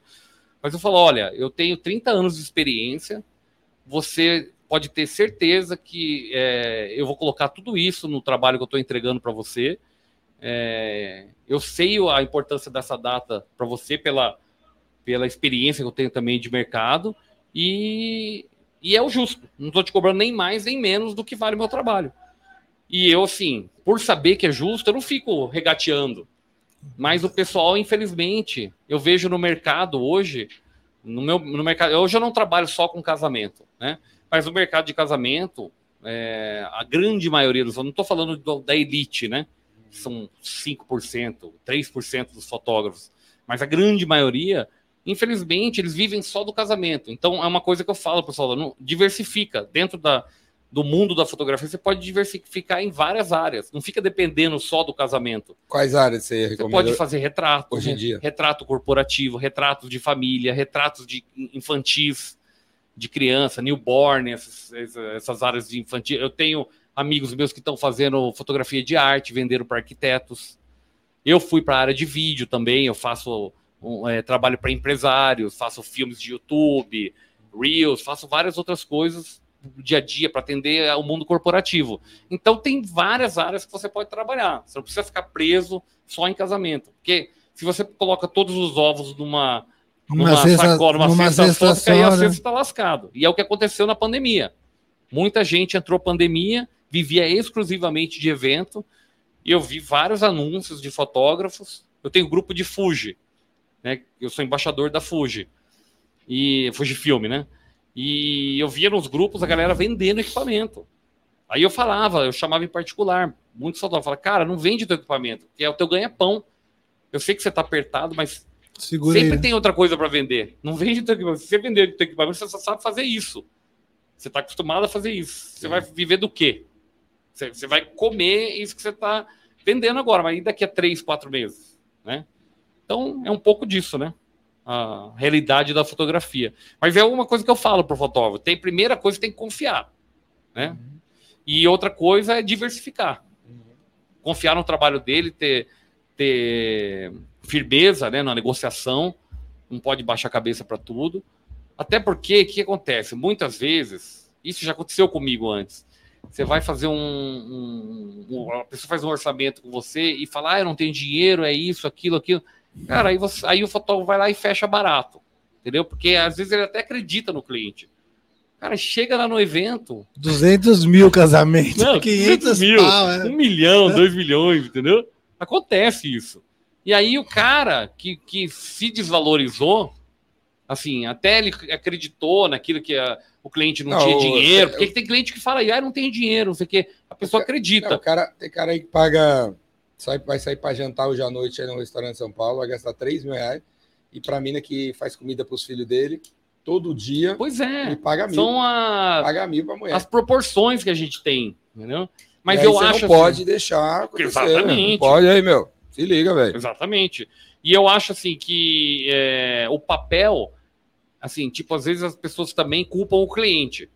Mas eu falo, olha, eu tenho 30 anos de experiência, você pode ter eh, certeza que é, eu vou colocar tudo isso no trabalho que eu estou entregando para você. É, eu sei a importância dessa data para você pela, pela experiência que eu tenho também de mercado e, e é o justo. Não estou te cobrando nem mais nem menos do que vale o meu trabalho. E eu, assim, por saber que é justo, eu não fico regateando. Mas o pessoal, infelizmente, eu vejo no mercado hoje, no meu no mercado, hoje eu não trabalho só com casamento, né? Mas o mercado de casamento, é, a grande maioria dos, eu não estou falando do- da elite, né? São 5%, 3% dos fotógrafos, mas a grande maioria, infelizmente, eles vivem só do casamento. Então é uma coisa que eu falo, pessoal, não, diversifica dentro da do mundo da fotografia, você pode diversificar em várias áreas. Não fica dependendo só do casamento.
Quais áreas você
Você
recomenda?
pode fazer retrato,
hoje em dia.
né? retrato corporativo, retratos de família, retratos de infantis, de criança, newborn, essas, essas áreas de infantil. Eu tenho amigos meus que estão fazendo fotografia de arte, venderam para arquitetos. Eu fui para a área de vídeo também, eu faço um, eh, trabalho para empresários, faço filmes de YouTube, Reels, faço várias outras coisas do dia a dia para atender ao mundo corporativo. Então tem várias áreas que você pode trabalhar. Você não precisa ficar preso só em casamento. Porque se você coloca todos os ovos numa,
Uma cesta- numa
só,
cesta
fica aí a
só, né?
cesta está lascado. E é o que aconteceu na pandemia. Muita gente entrou pandemia, vivia exclusivamente de evento, e eu vi vários anúncios de fotógrafos. Eu tenho um grupo de Fuji, né? Eu sou embaixador da Fuji. E Fuji Filme, né? E eu via nos grupos a galera vendendo equipamento. Aí eu falava, eu chamava em particular, muito saudável, falava, cara, não vende teu equipamento, que é o teu ganha-pão. Eu sei que você tá apertado, mas
Segura
Sempre
aí.
tem outra coisa para vender. Não vende teu equipamento. Se você vender teu equipamento, você só sabe fazer isso. Você está acostumado a fazer isso. Você
Sim.
vai viver do quê? Você, você vai comer isso que você está vendendo agora, mas e daqui a três, quatro meses, né? Então, é um pouco disso, né? A realidade da fotografia. Mas é uma coisa que eu falo pro fotógrafo. Tem primeira coisa que tem que confiar, né? E outra coisa é diversificar. Confiar no trabalho dele, ter, ter firmeza né, na negociação, não pode baixar a cabeça para tudo. Até porque, o que acontece? Muitas vezes, isso já aconteceu comigo antes. Você vai fazer um, um- um- A pessoa faz um orçamento com você e fala, ah, eu não tenho dinheiro, é isso, aquilo, aquilo. Cara, aí, você- aí o fotógrafo vai lá e fecha barato. Entendeu? Porque às vezes ele até acredita no cliente. Cara, chega lá no evento,
200 mil casamentos,
Não,
500
mil.
pau, é.
um milhão, dois milhões, entendeu? Acontece isso. E aí o cara que, que se desvalorizou, assim, até ele acreditou naquilo que a- o cliente não,
Não,
tinha
o-
dinheiro,
eu-
porque tem cliente que fala, ah, não tem dinheiro, não sei o quê. A pessoa
Não, é, o
acredita.
cara, tem cara aí que paga. Sai, vai sair pra jantar hoje à noite aí no restaurante em São Paulo, vai gastar 3 mil reais. E pra mina que faz comida pros filhos dele, todo dia,
Pois
ele
é,
paga mil.
são a-
Paga mil pra mulher.
as proporções que a gente tem, entendeu?
é. E
Mas
aí
eu
você
acho.
Não
assim,
pode deixar. acontecer,
Exatamente.
né? Não pode aí, meu. Se liga, velho.
Exatamente. E eu acho assim que é, o papel, assim, tipo, às vezes as pessoas também culpam o cliente.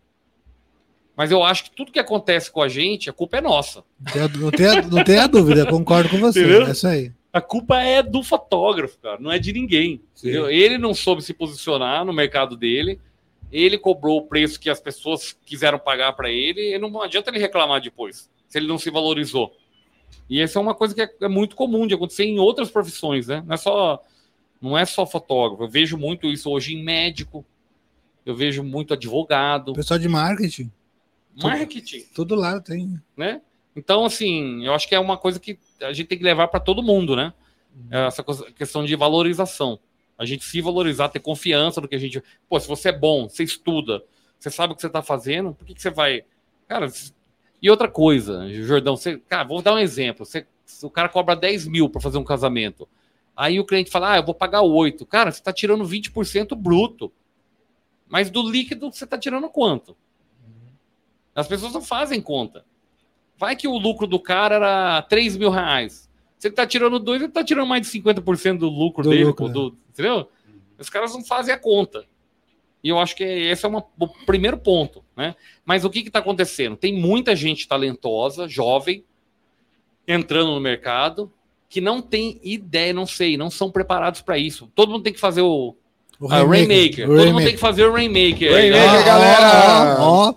Mas eu acho que tudo que acontece com a gente, a culpa é nossa.
Não tem a- Não tem, a, não tem a dúvida, concordo com você.
Entendeu?
É isso aí.
A culpa é do fotógrafo, cara, não é de ninguém.
Sim.
entendeu? Ele não soube se posicionar no mercado dele, ele cobrou o preço que as pessoas quiseram pagar para ele, e não adianta ele reclamar depois, se ele não se valorizou. E essa é uma coisa que é, é muito comum de acontecer em outras profissões, né? Não é só, não é só fotógrafo. Eu vejo muito isso hoje em médico, eu vejo muito advogado,
Pessoal de marketing,
marketing
todo lado tem.
né? Então, assim, eu acho que é uma coisa que a gente tem que levar para todo mundo, né? Essa coisa- questão de valorização. A gente se valorizar, ter confiança no que a gente. Pô, se você é bom, você estuda, você sabe o que você tá fazendo, por que, que você vai. Cara, se- e outra coisa, Jordão, você. Cara, vou dar um exemplo. Você... se O cara cobra 10 mil para fazer um casamento. Aí o cliente fala, ah, eu vou pagar 8. Cara, você tá tirando 20% bruto. Mas do líquido você tá tirando quanto? As pessoas não fazem conta. Vai que o lucro do cara era 3 mil reais. Você tá tirando dois, ele tá tirando mais de 50% do lucro
Do
dele.
lucro,
pô,
né?
do- entendeu? Os caras não fazem a conta. E eu acho que esse é uma- o primeiro ponto, né? Mas o que está acontecendo? Tem muita gente talentosa, jovem, entrando no mercado, que não tem ideia, não sei, não são preparados para isso. Todo mundo tem que fazer Ah, o,
O
a Rainmaker.
o
Todo mundo tem que fazer o Rainmaker.
Rainmaker,
Ah,
galera!
Ó, ó, ó.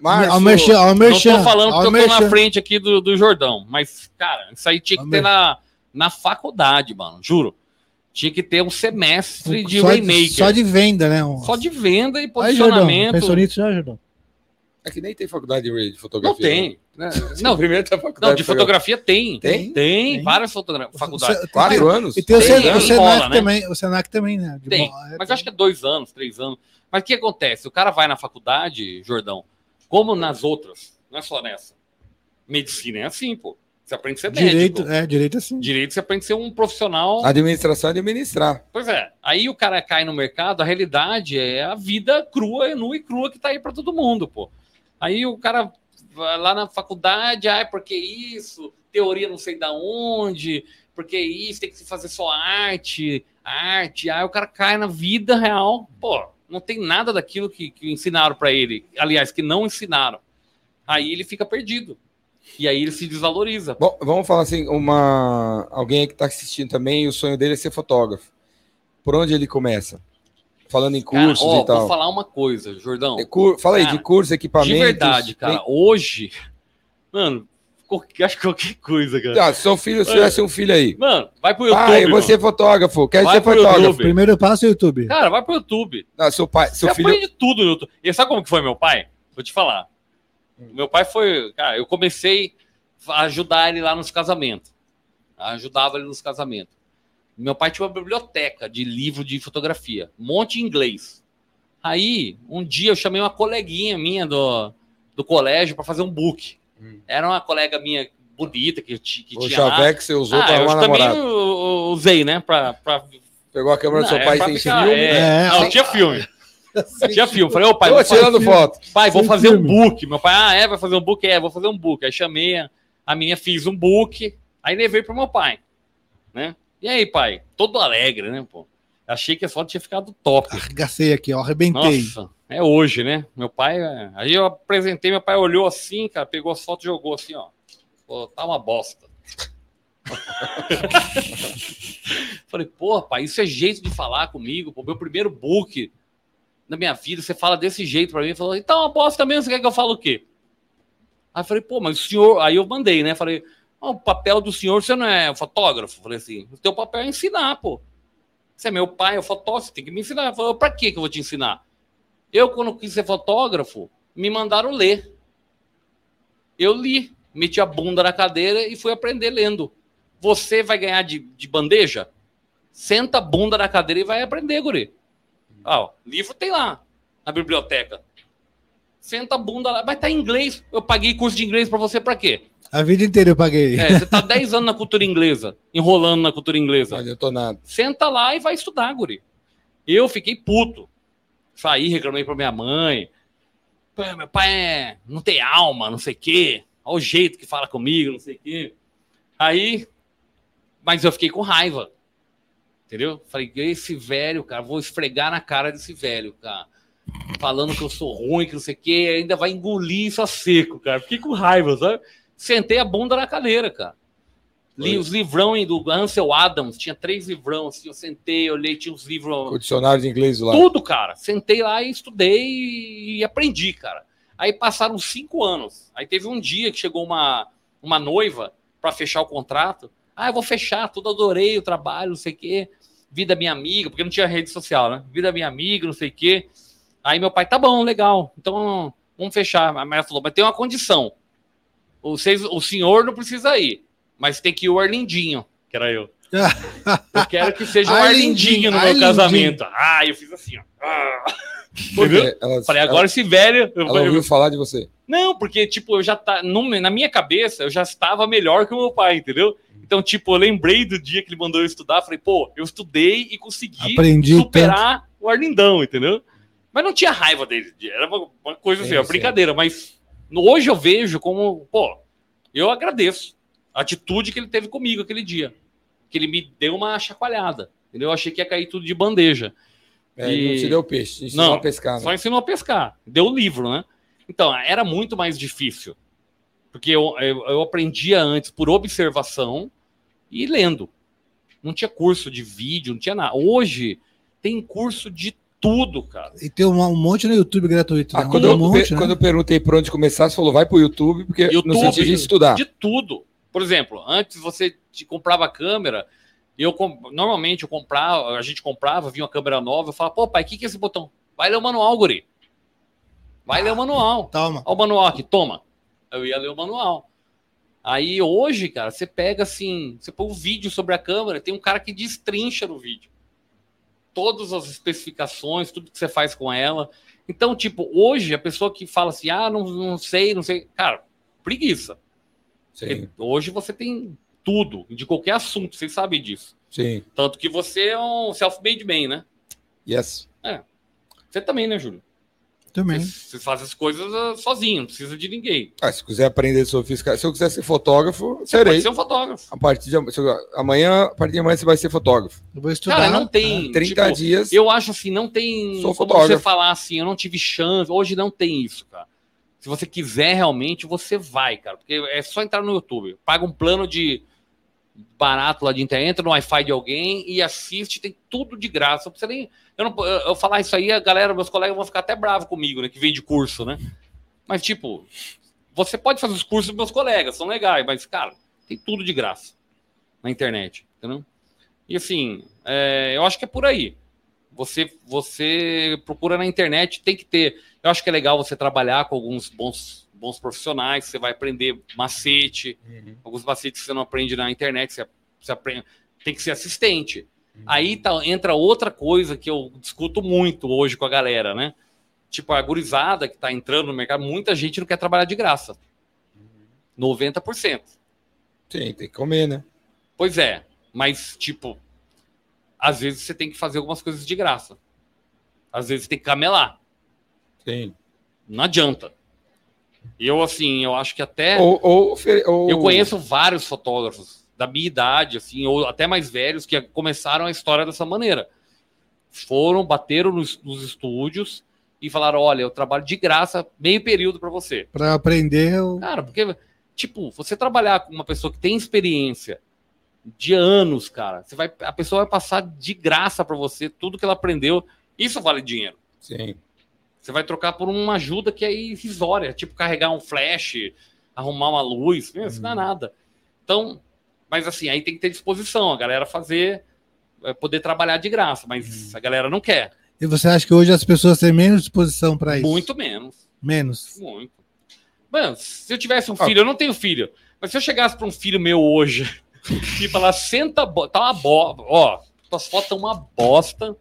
Márcio,
Ao merchan, ao
Não
merchan,
tô falando
ao
porque eu tô na
merchan.
frente aqui do, do Jordão, mas, cara, isso aí tinha que
Ao
ter na, na faculdade, mano, juro. Tinha que ter um semestre de
só,
Rainmaker.
só de venda, né? Um-
Só de venda e
Aí, Jordão,
posicionamento.
pensou nisso já, Jordão?
é que nem tem faculdade de
não
fotografia.
tem.
Né?
Não,
primeiro tem a
Não,
faculdade
de fotografia tem. Tem
Tem?
Tem.
várias fotogra- faculdades.
Você-
Quatro anos?
E tem o,
Tem,
Sen-
né?
o Senac
Escola, né?
também, o Senac também, né? De
Tem,
bola, é,
Mas
tem.
eu acho que é dois anos, três anos. Mas o que acontece? O cara vai na faculdade, Jordão, como nas outras, não é só nessa. Medicina é assim, pô. Você aprende a ser
direito,
médico.
é, direito assim.
Direito você aprende a ser um profissional.
Administração é administrar.
Pois é. Aí o cara cai no mercado, a realidade é a vida crua, nua e crua que tá aí pra todo mundo, pô. Aí o cara vai lá na faculdade, ai, porque isso? Teoria não sei da onde, porque isso, tem que se fazer só arte, arte. Aí o cara cai na vida real, pô, não tem nada daquilo que, que ensinaram pra ele. Aliás, que não ensinaram. Aí ele fica perdido. E aí ele se desvaloriza.
Bom, vamos falar assim, uma alguém que está assistindo também, o sonho dele é ser fotógrafo. Por onde ele começa? Falando em
Cara,
cursos
ó,
e tal.
vou falar uma coisa, Jordão.
É cur- Fala aí,
Cara,
de cursos,
De
equipamentos.
verdade, cara. Hoje, mano, qualquer- acho que qualquer coisa,
Bem-
cara.
Ah, seu filho, se tivesse um filho aí.
Mano, vai pro YouTube.
Pai, eu vou
mano.
ser fotógrafo, quero
Vai
ser
pro
fotógrafo.
YouTube.
Primeiro passo, é YouTube.
Cara, vai pro YouTube.
Ah, seu pai, seu
Você
filho.
aprende tudo no YouTube. E sabe como que foi meu pai? Vou te falar. Meu pai foi. Cara, eu comecei a ajudar ele lá nos casamentos. Ajudava ele nos casamentos. Meu pai tinha uma biblioteca de livro de fotografia, um monte em inglês. Aí, um dia eu chamei uma coleguinha minha do, do colégio para fazer um book.
Hum.
Era uma colega minha bonita que, ti- que
O
tinha. lá.
chaveco que você usou
Ah,
para
eu
uma
também
namorada.
u- usei, né? Pra, pra...
Pegou a câmera do seu
Não, é
pai
pra
sem
ficar-
filme.
é.
É,
Não,
sem-
tinha filme. tinha filme. Falei, ô pai,
Tô
vou fazer, um
tirando foto.
pai, vou
sem
fazer um
filme.
book. Meu pai, ah, é, vai fazer um book? É, vou fazer um book. Aí chamei a, a menina, fiz um book. Aí levei pro meu pai, né? E aí, pai? Todo alegre, né, pô? Achei que a foto tinha ficado top.
Arregacei aqui, ó, arrebentei.
Nossa, é hoje, né? Meu pai. é- Aí eu apresentei, meu pai olhou assim, cara, pegou as fotos e jogou assim, ó. Pô, tá uma bosta. Falei, pô, pai, isso é jeito de falar comigo, pô. Meu primeiro book na minha vida, você fala desse jeito pra mim. Ele Falou, então é uma bosta mesmo, você quer que eu fale o quê? Aí eu falei, pô, mas o senhor. Aí eu mandei, né? Falei, ó, o papel do senhor, você não é fotógrafo? Falei assim, o teu papel é ensinar, pô. Você é meu pai, é fotógrafo, você tem que me ensinar. Eu falei, pra que que eu vou te ensinar? Eu, quando quis ser fotógrafo, me mandaram ler. Eu li, meti a bunda na cadeira e fui aprender lendo. Você vai ganhar de, de bandeja? Senta a bunda na cadeira e vai aprender, guri. Ah, ó, livro tem lá, na biblioteca. Senta a bunda lá, mas tá em inglês. Eu paguei curso de inglês pra você pra quê?
A vida inteira eu paguei.
É, você tá 10 anos na cultura inglesa, enrolando na cultura inglesa.
Não adiantou nada.
Senta lá e vai estudar, guri. Eu fiquei puto. Saí, reclamei pra minha mãe. Pô, meu pai é- não tem alma, não sei o quê. Olha o jeito que fala comigo, não sei o quê. Aí, mas eu fiquei com raiva. Entendeu? Falei, esse velho, cara, vou esfregar na cara desse velho, cara. Falando que eu sou ruim, que não sei o quê, ainda vai engolir isso a seco, cara. Fiquei com raiva, sabe? Sentei a bunda na cadeira, cara. Li
Foi.
os livrão aí do Ansel Adams, tinha três livrão, assim, eu sentei, olhei, tinha uns livros,
O dicionário de inglês lá.
tudo, cara. Sentei lá e estudei e aprendi, cara. Aí passaram cinco anos. Aí teve um dia que chegou uma, uma noiva para fechar o contrato. Ah, eu vou fechar, tudo adorei o trabalho, não sei o quê. Vida minha amiga, porque não tinha rede social, né? Vida minha amiga, não sei o quê. Aí meu pai, tá bom, legal. Então vamos fechar. A Maria falou, mas tem uma condição. Vocês, o senhor não precisa ir, mas tem que ir o Arlindinho, que era eu. eu quero que seja o Arlindinho no meu
Arlindinho.
casamento. Ah, eu fiz assim, ó. Ah. Entendeu?
Ela,
Falei,
ela-
agora esse velho. eu-
Ela,
eu-
ouviu falar de você.
não, porque, tipo, eu já tá. no- na minha cabeça, eu já estava melhor que o meu pai, entendeu? Então, tipo, eu lembrei do dia que ele mandou eu estudar, falei, pô, eu estudei e consegui
Aprendi
superar o Arlindão, entendeu? Mas não tinha raiva dele. Era uma, uma coisa assim,
Sim,
uma
sim.
brincadeira. Mas no- hoje eu vejo como, pô, eu agradeço a atitude que ele teve comigo aquele dia. Que ele me deu uma chacoalhada. Entendeu? Eu achei que ia cair tudo de bandeja.
É,
E-
Não te deu peixe, ensinou
Não,
a pescar. né?
Só ensinou a pescar. Deu o livro, né? Então, era muito mais difícil. Porque eu, eu, eu aprendia antes por observação e lendo. Não tinha curso de vídeo, não tinha nada. Hoje tem curso de tudo, cara.
E tem um, um monte no YouTube gratuito.
Ah,
né?
quando,
um
eu,
monte,
pe-
né?
quando eu perguntei por onde começar, você falou, vai pro YouTube, porque no
YouTube,
sentido de estudar.
De tudo. Por exemplo, antes você te comprava a câmera, eu com- normalmente eu comprava, a gente comprava, vinha uma câmera nova, eu falava, pô, pai, o que, que é esse botão? Vai ler o manual, guri. Vai ler o manual.
Toma.
Olha o manual aqui, toma. Eu ia ler o manual. Aí hoje, cara, você pega assim, você põe um vídeo sobre a câmera, tem um cara que destrincha no vídeo. Todas as especificações, tudo que você faz com ela. Então, tipo, hoje a pessoa que fala assim, ah, não, não sei, não sei. Cara, preguiça.
Sim,
Porque Hoje você tem tudo, de qualquer assunto, vocês sabem disso.
sim.
Tanto que você é um self-made man, né?
Yes.
Você também, né, Júlio? Você,
Também.
você faz as coisas ah, sozinho, não precisa de ninguém.
Ah, se quiser aprender sobre fiscal, se eu quiser ser fotógrafo, serei.
Pode ser um fotógrafo.
A partir de am- se eu- amanhã, a partir de amanhã você vai ser fotógrafo.
Eu vou estudar.
Cara, não tem.
30
tipo,
dias.
Eu acho assim, não tem
Sou
como
fotógrafo.
você falar assim, eu não tive chance. Hoje não tem isso, cara. Se você quiser realmente, você vai, cara. Porque é só entrar no YouTube. Paga um plano de barato lá de internet, entra no Wi-Fi de alguém e assiste, tem tudo de graça. Não precisa nem. Eu, não, eu eu falar isso aí, a galera, meus colegas vão ficar até bravos comigo, né? Que vem de curso, né? Mas, tipo, você pode fazer os cursos dos meus colegas, são legais, mas, cara, tem tudo de graça na internet, entendeu? E assim, é, eu acho que é por aí. Você, você procura na internet, tem que ter. Eu acho que é legal você trabalhar com alguns bons, bons profissionais, você vai aprender macete, alguns macetes que você não aprende na internet, você, você aprende, tem que ser assistente. Aí tá- entra outra coisa que eu discuto muito hoje com a galera, né? Tipo, a gurizada que tá entrando no mercado, muita gente não quer trabalhar de graça. 90%.
Sim, tem que comer, né?
Pois é, mas tipo, às vezes você tem que fazer algumas coisas de graça. Às vezes tem que camelar.
Sim.
Não adianta. E Eu, assim, eu acho que até.
Ou, ou, ofere- ou-
Eu conheço vários fotógrafos da minha idade, assim, ou até mais velhos, que começaram a história dessa maneira. Foram, bateram nos, nos estúdios e falaram: olha, eu trabalho de graça meio período para você.
Pra aprender, eu...
Cara, porque, tipo, você trabalhar com uma pessoa que tem experiência de anos, cara, você vai, a pessoa vai passar de graça pra você tudo que ela aprendeu. Isso vale dinheiro.
Sim.
Você vai trocar por uma ajuda que é irrisória, tipo carregar um flash, arrumar uma luz, meu, isso não é nada. Então, mas assim, aí tem que ter disposição, a galera fazer, é, poder trabalhar de graça, mas a galera não quer.
E você acha que hoje as pessoas têm menos disposição pra É isso?
Muito menos.
Menos.
Muito. Mano, se eu tivesse um filho, eu não tenho filho, mas se eu chegasse para um filho meu hoje e falar, senta, a bo- tá uma bosta, ó, tuas fotos estão uma bosta,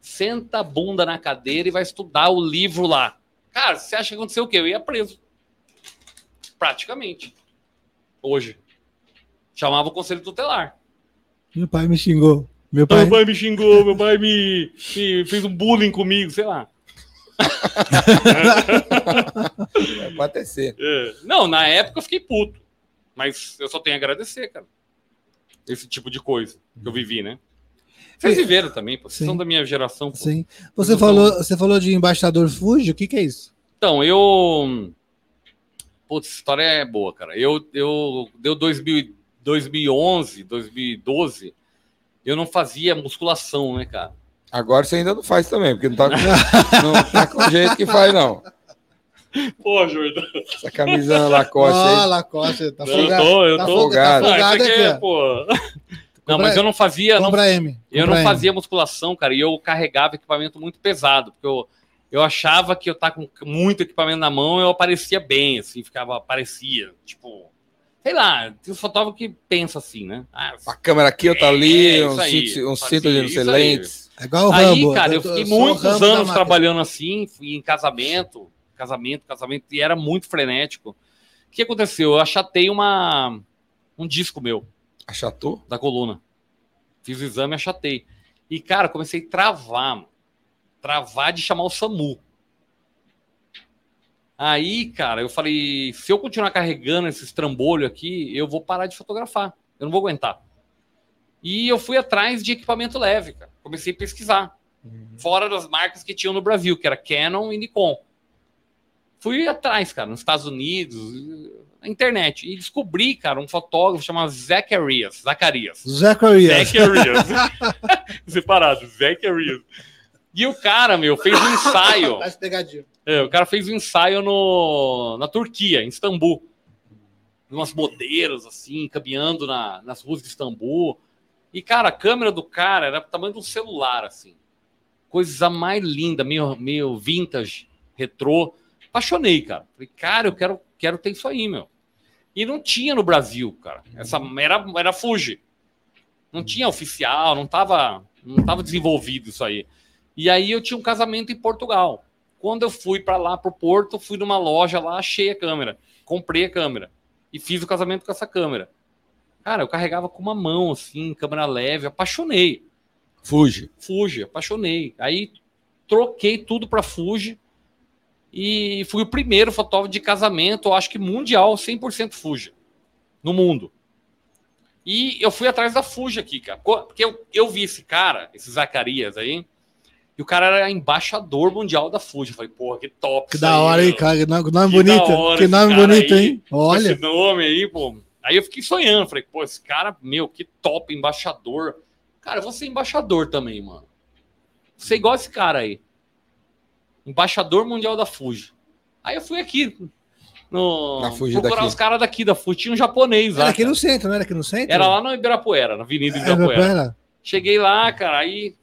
senta a bunda na cadeira e vai estudar o livro lá. Cara, você acha que aconteceu o quê? Eu ia preso. Praticamente. Hoje. Chamava o conselho tutelar.
Meu pai me xingou. Meu
Ah,
pai...
Meu pai me xingou, meu pai me, me fez um bullying comigo, sei lá.
É, pode até ser.
É. Não, na época eu fiquei puto. Mas eu só tenho a agradecer, cara. Esse tipo de coisa que eu vivi, né? Vocês
E-
viveram também, pô. Vocês
Uhum. Sim.
são da minha geração. pô.
Sim. Você
Não.
falou, você falou de embaixador Fuji, o que, que é isso?
Então, eu. Putz, essa história é boa, cara. Eu, eu deu 2000, 2011, 2012. Eu não fazia musculação, né, cara?
Agora você ainda não faz também, porque não tá, não tá com o jeito que faz, não.
Pô, Jordan,
Essa camisa Lacoste
Ah,
aí.
Lacoste, tá
eu
folgado.
tô, eu
tá
tô.
folgado.
Ah, isso
folgado
aqui é,
aqui, ó.
pô. Não, mas eu não fazia, não
Compra M.
Eu
compra
não
M.
fazia musculação, cara, e eu carregava equipamento muito pesado, porque eu, eu achava que eu tava com muito equipamento na mão, eu aparecia bem, assim, ficava, aparecia, tipo, sei lá, tem os fotógrafos que pensa assim, né? Ah,
A câmera aqui, outra ali,
É,
um
isso aí.
cinto, um
Fazia
cinto de não sei
isso aí.
lentes.
É igual o
aí,
Rambo.
cara, eu
tô-
fiquei
sou o
muitos
Rambo da
anos
máfia.
trabalhando assim, fui em casamento, casamento, casamento, e era muito frenético. O que aconteceu? Eu achatei uma, um disco meu.
Achatou?
da coluna. Fiz o exame, achatei. E, cara, comecei a travar, mano. Travar de chamar o SAMU. Aí, cara, eu falei: se eu continuar carregando esses trambolho aqui, eu vou parar de fotografar. Eu não vou aguentar. E eu fui atrás de equipamento leve, cara. Comecei a pesquisar. Fora das marcas que tinham no Brasil, que era Canon e Nikon. Fui atrás, cara, nos Estados Unidos, na internet. E descobri, cara, um fotógrafo chamado Zacharias. Zacarias.
Zacharias.
Zacharias. Separado, Zacharias. E o cara, meu, fez um ensaio.
Faz pegadinha.
É, o cara fez um ensaio no, na Turquia, em Istambul. Umas modeiros, assim, caminhando na- nas ruas de Istambul. E, cara, a câmera do cara era do tamanho de um celular, assim. Coisa mais linda, meio, meio vintage, retrô. Apaixonei, cara. Falei, cara, eu quero, quero ter isso aí, meu. E não tinha no Brasil, cara. Essa era, era Fuji. Não tinha oficial, não tava, não tava desenvolvido isso aí. E aí eu tinha um casamento em Portugal. Quando eu fui para lá, pro Porto, fui numa loja lá, achei a câmera, comprei a câmera e fiz o casamento com essa câmera. Cara, eu carregava com uma mão, assim, câmera leve, apaixonei.
Fuji.
Fuji, apaixonei. Aí troquei tudo para Fuji e fui o primeiro fotógrafo de casamento, eu acho que mundial, 100% Fuji, no mundo. E eu fui atrás da Fuji aqui, cara. Co- Porque eu, eu vi esse cara, esse Zacarias aí, e o cara era embaixador mundial da Fuji. Eu falei, porra, que top.
Que
isso
da
aí,
hora, hein,
meu.
cara? Que nome
Que
bonito.
da hora
que
esse
nome
cara
bonito,
aí.
hein?
Com
Olha.
Esse nome aí, pô. Aí eu fiquei sonhando, falei, pô, esse cara, meu, que top, embaixador. Cara, eu vou ser embaixador também, mano. Vou ser igual esse cara aí. Embaixador mundial da Fuji. Aí eu fui aqui. No...
Na Fuji
procurar
daqui.
os caras daqui da Fuji. Tinha um japonês
Era
lá.
aqui
cara.
no centro, não era aqui no centro?
Era lá no Ibirapuera, na Avenida Ibirapuera.
Ibirapuera.
Cheguei lá, cara, aí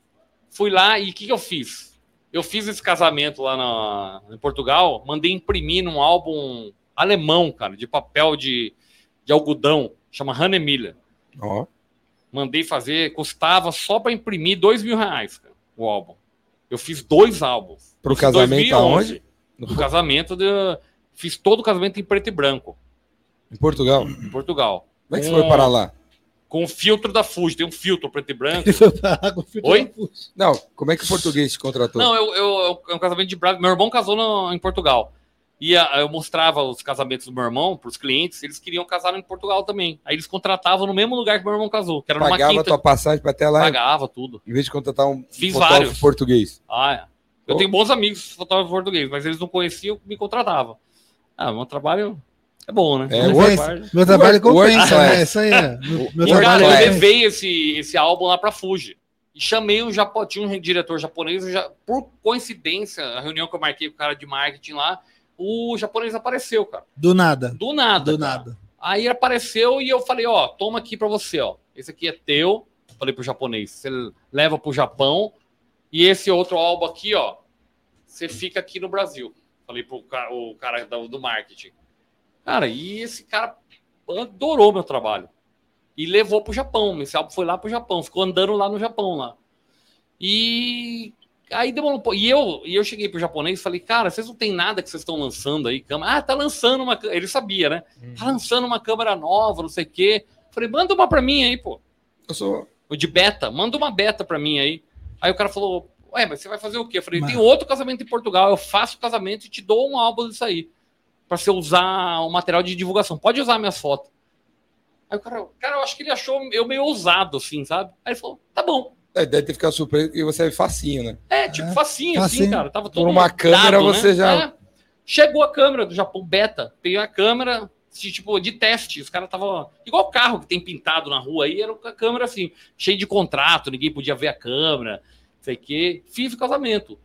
fui lá e o que, que eu fiz? Eu fiz esse casamento lá na, em Portugal, mandei imprimir num álbum alemão, cara, de papel de, de algodão, chama Hanemilha.
Ó.
Mandei fazer, custava só para imprimir dois mil reais, cara, o álbum. Eu fiz dois álbuns.
Pro
Isso em
casamento
2011,
aonde?
Pro casamento, de, fiz todo o casamento em preto e branco,
Em Portugal.
em Portugal.
Como é que você
Com-
foi parar lá?
Com o filtro da Fuji, tem um filtro preto e branco.
Ele foi um pra água, filho
Oi?
da puta.
Não, como é que o português te contratou?
Não, eu, eu- eu- é um casamento de bravo. Meu irmão casou no- em Portugal. E a- eu mostrava os casamentos do meu irmão para os clientes, eles queriam casar em Portugal também. Aí eles contratavam no mesmo lugar que meu irmão casou, que era numa
Pagava
quinta.
tua passagem pra até lá,
Pagava tudo.
em vez de contratar um
Fiz
fotógrafo
vários.
português.
Ah, é. Eu
Pô.
tenho bons amigos fotógrafos portugueses, mas eles não conheciam, me contratavam. Ah, meu trabalho é bom, né?
É,
Meu
hoje-
trabalho-
Meu trabalho
Work- work
compensa,
class.
né? Isso aí. é. Meu, meu
E,
trabalho
cara, eu
é-
levei esse, esse álbum lá pra Fuji. E chamei um japo, tinha um diretor japonês, um ja- por coincidência, a reunião que eu marquei com o cara de marketing lá, o japonês apareceu, cara.
Do nada.
Do nada.
Do
cara.
nada.
Aí apareceu e eu falei, ó, toma aqui pra você, ó. Esse aqui é teu. Falei pro japonês, você leva pro Japão. E esse outro álbum aqui, ó, você fica aqui no Brasil. Falei pro cara, o cara do, do marketing. Cara, e esse cara adorou meu trabalho. E levou pro Japão. Esse álbum foi lá pro Japão. Ficou andando lá no Japão, lá. E aí demorou um pouco. E eu, e eu cheguei pro japonês e falei, cara, vocês não tem nada que vocês estão lançando aí, câmera. Ah, tá lançando uma... câ- Ele sabia, né? tá lançando uma câmera nova, não sei o quê. Falei, manda uma pra mim aí, pô.
Eu sou.
O de beta, manda uma beta pra mim aí. Aí o cara falou, ué, mas você vai fazer o quê? Eu falei,
Mas-
tem outro casamento em Portugal, eu faço o casamento e te dou um álbum disso aí. Pra você usar o material de divulgação. Pode usar minhas fotos. Aí o cara, cara, eu acho que ele achou eu meio ousado, assim, sabe? Aí ele falou, tá bom.
É, deve ter ficado surpreso que você é facinho, né?
É, tipo,
É,
facinho, assim,
facinho.
cara. Tava
Por
todo
uma câmera você já-
É. Chegou a câmera do Japão Beta, tem a câmera de, tipo, de teste. Os caras estavam. Igual carro que tem pintado na rua aí, era uma câmera assim, cheio de contrato, ninguém podia ver a câmera, não sei o quê. Fiz o casamento.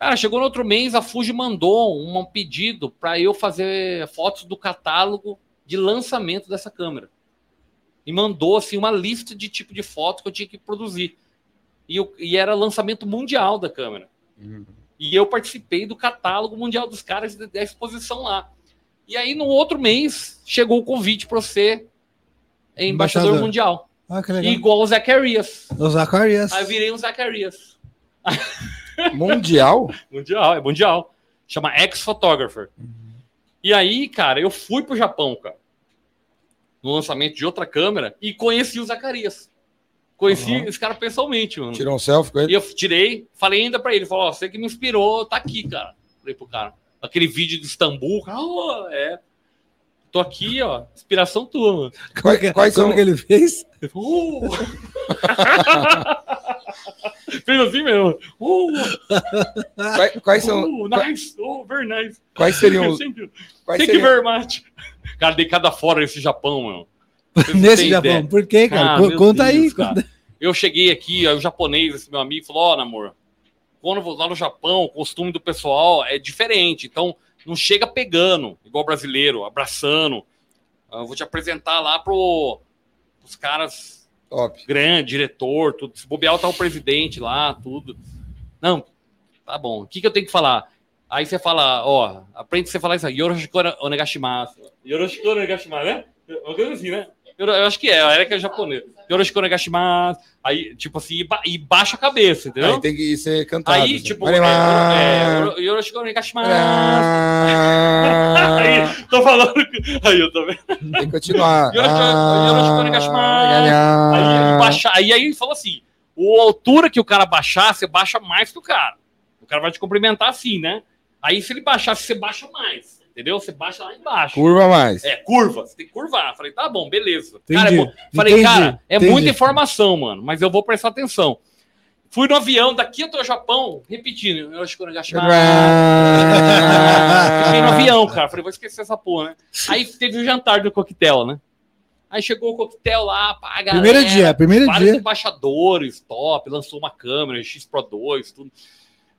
Cara, chegou no outro mês, a Fuji mandou um pedido para eu fazer fotos do catálogo de lançamento dessa câmera. E mandou assim uma lista de tipo de foto que eu tinha que produzir. E, eu- e era lançamento mundial da câmera. E eu participei do catálogo mundial dos caras da da exposição lá. E aí, no outro mês, chegou o convite para ser embaixador,
Embaixador.
mundial.
Olha que legal.
Igual o Zacarias.
Os Zacarias.
Aí eu virei um Zacarias.
Mundial?
Mundial, é mundial. Chama ex-photographer. E aí, cara, eu fui pro Japão, cara. No lançamento de outra câmera e conheci o Zacarias. Conheci
Aham.
esse cara pessoalmente, mano.
Tirou um selfie com
E
ele?
eu tirei, falei ainda pra ele, falou, ó, você que me inspirou, tá aqui, cara. Falei pro cara. Aquele vídeo de Istambul, cara, ó, é. Tô aqui, ó, inspiração tua, mano.
Como é que,
Quais
como
são-
que ele fez?
Ele falou, "Uh!" Fez assim mesmo. Uh,
Quais, quais são,
uh, nice, oh, very nice.
quais seriam os.
Thank you,
Quais
thank you
seriam,
very much. Cara, dei cada fora esse Japão, mano. Vocês não
Nesse
têm
Japão.
ideia.
Por quê,
Ah,
cara? Co-
meu
conta
Deus,
aí.
cara. Eu cheguei aqui, aí o japonês, esse meu amigo, falou: Ó, namoro, quando lá no Japão, o costume do pessoal é diferente. Então, não chega pegando, igual brasileiro, abraçando. Ah, Eu vou te apresentar lá pro, os caras
Top.
grande, diretor, tudo. Se bobear, tá o presidente lá, tudo. Não, tá bom. O que, que eu tenho que falar? Aí você fala, ó, aprende você falar isso aqui. Yoroshiku onegashimasu. Yoroshiku onegashimasu, né? Uma coisa assim, né? Eu, eu acho que é, era que é japonês. Yoroshiku onegashimasu. Aí, tipo assim, e, ba- e baixa a cabeça, entendeu?
Aí tem que ser cantado.
Aí,
assim.
tipo, é,
Aremá,
é, Yoroshiku
Ah.
onegashimasu.
aremá.
Aí, tô falando. que- Aí, eu também.
Tem que continuar.
Yoroshiku- Yoroshiku onegashimasu. Aí
Ah.
ele baixa- aí, aí ele falou assim: o a altura que o cara baixar, você baixa mais que o cara. O cara vai te cumprimentar assim, né? Aí se ele baixar, você baixa mais. Entendeu? Você baixa lá embaixo.
Curva mais.
É, curva, você tem que curvar. Falei, tá bom, beleza.
Entendi,
Cara, é bom. Falei,
entendi,
cara, é
entendi.
muita informação, mano, mas eu vou prestar atenção. Fui no avião daqui até o Japão, repetindo. Eu acho que eu não achei nada. Fiquei no avião, cara. Falei, vou esquecer essa porra, né? Aí teve o jantar do coquetel, né? Aí chegou o coquetel lá, paga.
Primeiro dia, primeiro
Vários
dia.
embaixadores, top, lançou uma câmera, X Pro 2, tudo.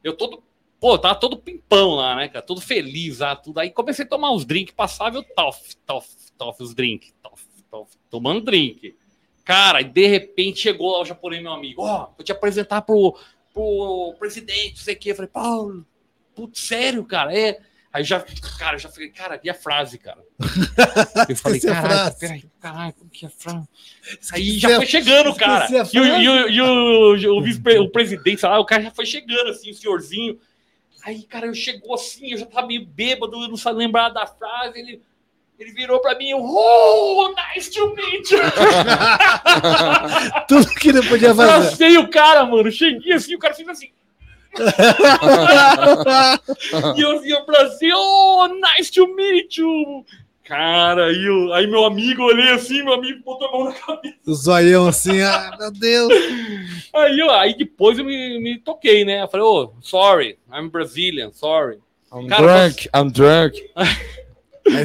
Eu todo, pô, tava todo pimpão lá, né, cara? Todo feliz lá, tudo. Aí comecei a tomar uns drinks, passava eu tof, tof, tof, os drinks, tof, tof, tomando drink. Cara, e de repente chegou lá o japonês, meu amigo, ó, vou te apresentar pro, pro presidente, não sei o quê. Eu falei, Paulo, putz, sério, cara, é. Aí já, cara, eu já falei, cara, e a frase, cara? Eu falei,
Esqueci é a
caralho,
frase."
peraí, caralho, como que é a frase? Aí
Esqueci
já
a-
foi chegando, cara.
esqueci
E
a
o, e o, e o, o vice- o presidente, sei lá, o cara já foi chegando, assim, o senhorzinho. Aí, cara, eu chegou assim, eu já tava meio bêbado, eu não sabia lembrar da frase. Ele, ele virou pra mim, eu, oh, nice to meet you.
Tudo que ele podia fazer.
Abracei o cara, mano. Cheguei assim, o cara fez assim. E eu, e eu abracei, oh, nice to meet you. Cara, aí, eu- aí meu amigo, eu olhei assim, meu amigo botou a mão na
o zoião assim, ah, meu Deus.
Aí, ó, aí depois eu me, me toquei, né? Eu falei, ô, sorry, I'm Brazilian, sorry.
I'm
Cara,
drunk, I'm drunk.
Aí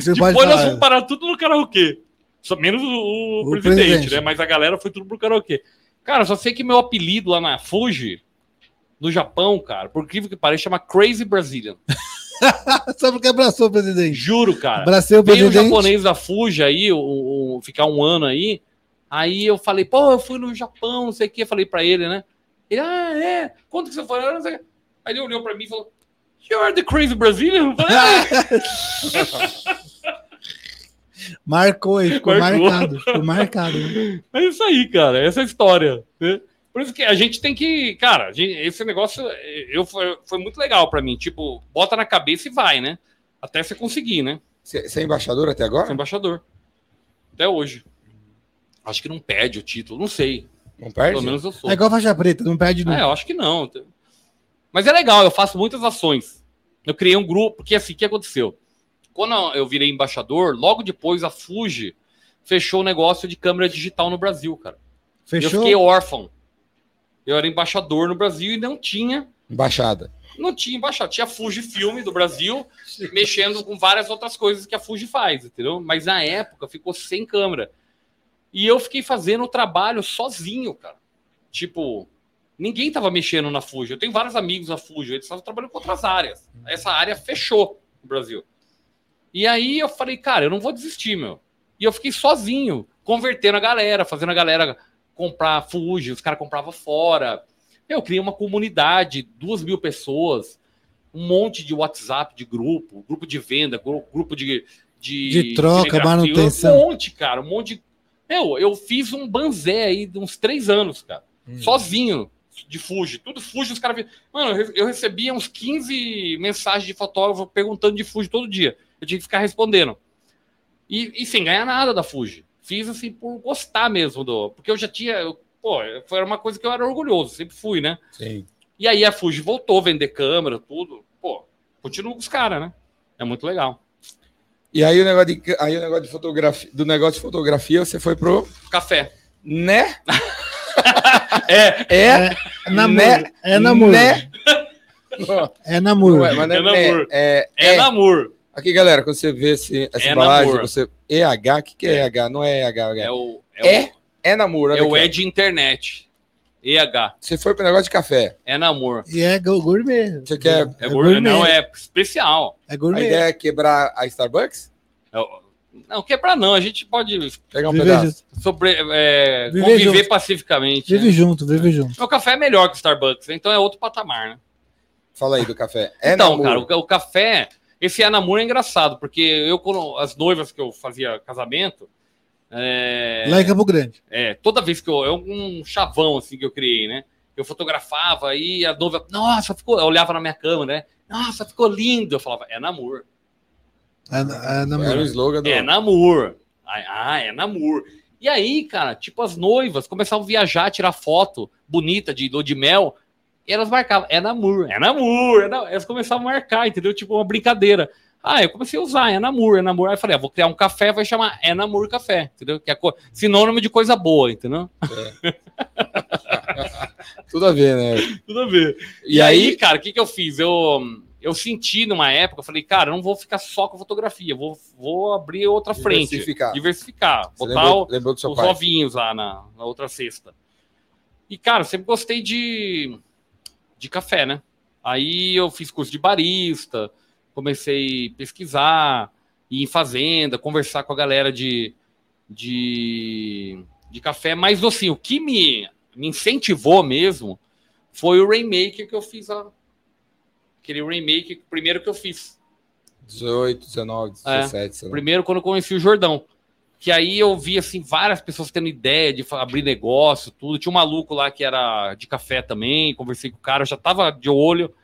você
depois
pode
nós fomos
falar.
parar tudo no karaokê. Só, menos o, o
O
presidente,
presidente.
né? Mas a galera foi tudo pro karaokê. Cara, só sei que meu apelido lá na Fuji, no Japão, cara, por incrível que pareça, chama Crazy Brazilian.
Só porque abraçou o presidente.
Juro, cara.
Abracei o
Veio um
presidente.
japonês da Fuji aí, o, o- ficar um ano aí. Aí eu falei, pô, eu fui no Japão, não sei o que. Falei pra ele, né? Ele, ah, é? Quanto que você foi? Eu não sei o quê. Aí ele olhou pra mim e falou, You are the crazy Brazilian? Eu falei, "Ah."
Marcou e ficou
Marcou.
marcado. Ficou marcado.
é isso aí, cara. Essa é a história. né? Por isso que a gente tem que. Cara, a gente- esse negócio eu, foi, foi muito legal pra mim. Tipo, bota na cabeça e vai, né? Até você conseguir, né?
Você você é embaixador até
Sou
agora?
embaixador. Até hoje. Acho que não perde o título, não sei.
Não
Pelo
perde?
menos eu sou.
É igual faixa preta, não perde
É,
nunca.
eu acho que não. Mas é legal, eu faço muitas ações. Eu criei um grupo, porque assim, o que aconteceu? Quando eu virei embaixador, logo depois a Fuji fechou o negócio de câmera digital no Brasil, cara. E Eu
Fechou?
fiquei órfão. Eu era embaixador no Brasil e não tinha,
Embaixada.
não tinha embaixador. Tinha Fuji Filme do Brasil, mexendo com várias outras coisas que a Fuji faz, entendeu? Mas na época ficou sem câmera. E eu fiquei fazendo o trabalho sozinho, cara. Tipo, ninguém tava mexendo na Fuji. Eu tenho vários amigos na Fuji, eles estavam trabalhando com outras áreas. Essa área fechou no Brasil. E aí eu falei, cara, eu não vou desistir, meu. E eu fiquei sozinho, convertendo a galera, fazendo a galera comprar Fuji, os caras compravam fora. Eu criei uma comunidade, duas mil pessoas, um monte de WhatsApp de grupo, grupo de venda, gru- grupo de. De,
De troca,
telegrafia,
manutenção.
Um monte, cara, um monte de. Meu, eu fiz um banzé aí de uns três anos, cara sozinho de Fuji. Tudo Fuji, os caras. vi- Mano, eu re- eu recebia uns 15 mensagens de fotógrafo perguntando de Fuji todo dia. Eu tinha que ficar respondendo. E, e sem ganhar nada da Fuji. Fiz assim por gostar mesmo do. Porque eu já tinha. eu- pô, foi uma coisa que eu era orgulhoso, sempre fui, né?
Sim.
E aí a Fuji voltou a vender câmera, tudo. Pô, continuo com os caras, né? É muito legal.
E aí o negócio de, aí o negócio de fotografia, do negócio de fotografia, você foi pro,
Café.
né?
É,
É,
É namoro.
Né?
É namoro.
Né?
É namoro.
Ué, mas não é,
É namoro.
né? é,
é,
é.
namoro.
Aqui, galera, quando você vê esse, essa
É
embalagem,
namoro.
você EH, o que, que é EH? Não é EH,
É o.
É?
É,
É namoro,
o,
olha
é o
aqui,
Ed Internet.
ó.
EH.
Você foi para negócio de café.
É namor.
E é gu- gourmet.
Você quer.
É, gourmet. Não, é especial.
É
A
gourmet.
ideia é quebrar a Starbucks?
É o- Não, quebrar não. A gente pode
Pegar um
Viver
pedaço.
junto,
sobre, é,
Viver
conviver
junto.
pacificamente.
Vive
Né?
junto, vive junto.
O café é melhor que o Starbucks, né? então é outro patamar, né?
Fala aí do café. É
então,
namoro.
cara, o, ca- o café, esse anamor é engraçado, porque eu, quando as noivas que eu fazia casamento, é,
Lá em Campo Grande.
é, toda vez que eu, é um chavão assim que eu criei, né? Eu fotografava e a noiva, nossa, ficou, eu olhava na minha cama, né? Nossa, ficou lindo. Eu falava, é namor,
É, é na-
Era o slogan do.
é namor. Ai, Ah, é namor. E aí, cara, tipo, as noivas começavam a viajar, tirar foto bonita de lua de mel, e elas marcavam, é namor, é namor, é na... elas começavam a marcar, entendeu? Tipo, uma brincadeira. Ah, eu comecei a usar, é namor, é namor. Aí eu falei, ah, vou criar um café, vai chamar é namor café, entendeu? Que é co- sinônimo de coisa boa, entendeu?
Tudo a ver, né?
Tudo a ver.
E, aí,
cara, o que, que eu fiz? Eu, eu senti numa época, eu falei, cara, eu não vou ficar só com fotografia, eu vou, vou abrir outra
Diversificar.
frente. Diversificar.
você
Botar
lembrou,
o-
lembrou do seu
os
pai.
ovinhos lá na, na outra cesta. E, cara, eu sempre gostei de, de café, né? Aí eu fiz curso de barista, comecei a pesquisar, ir em fazenda, conversar com a galera de, de, de café. Mas, assim, o que me, me incentivou mesmo foi o Rainmaker que eu fiz lá. Aquele Rainmaker primeiro que eu fiz.
18, 19,
É.
17, sei lá.
Primeiro, quando eu conheci o Jordão. Que aí eu vi, assim, várias pessoas tendo ideia de fa- abrir negócio, tudo. Tinha um maluco lá que era de café também, conversei com o cara, eu já tava de olho.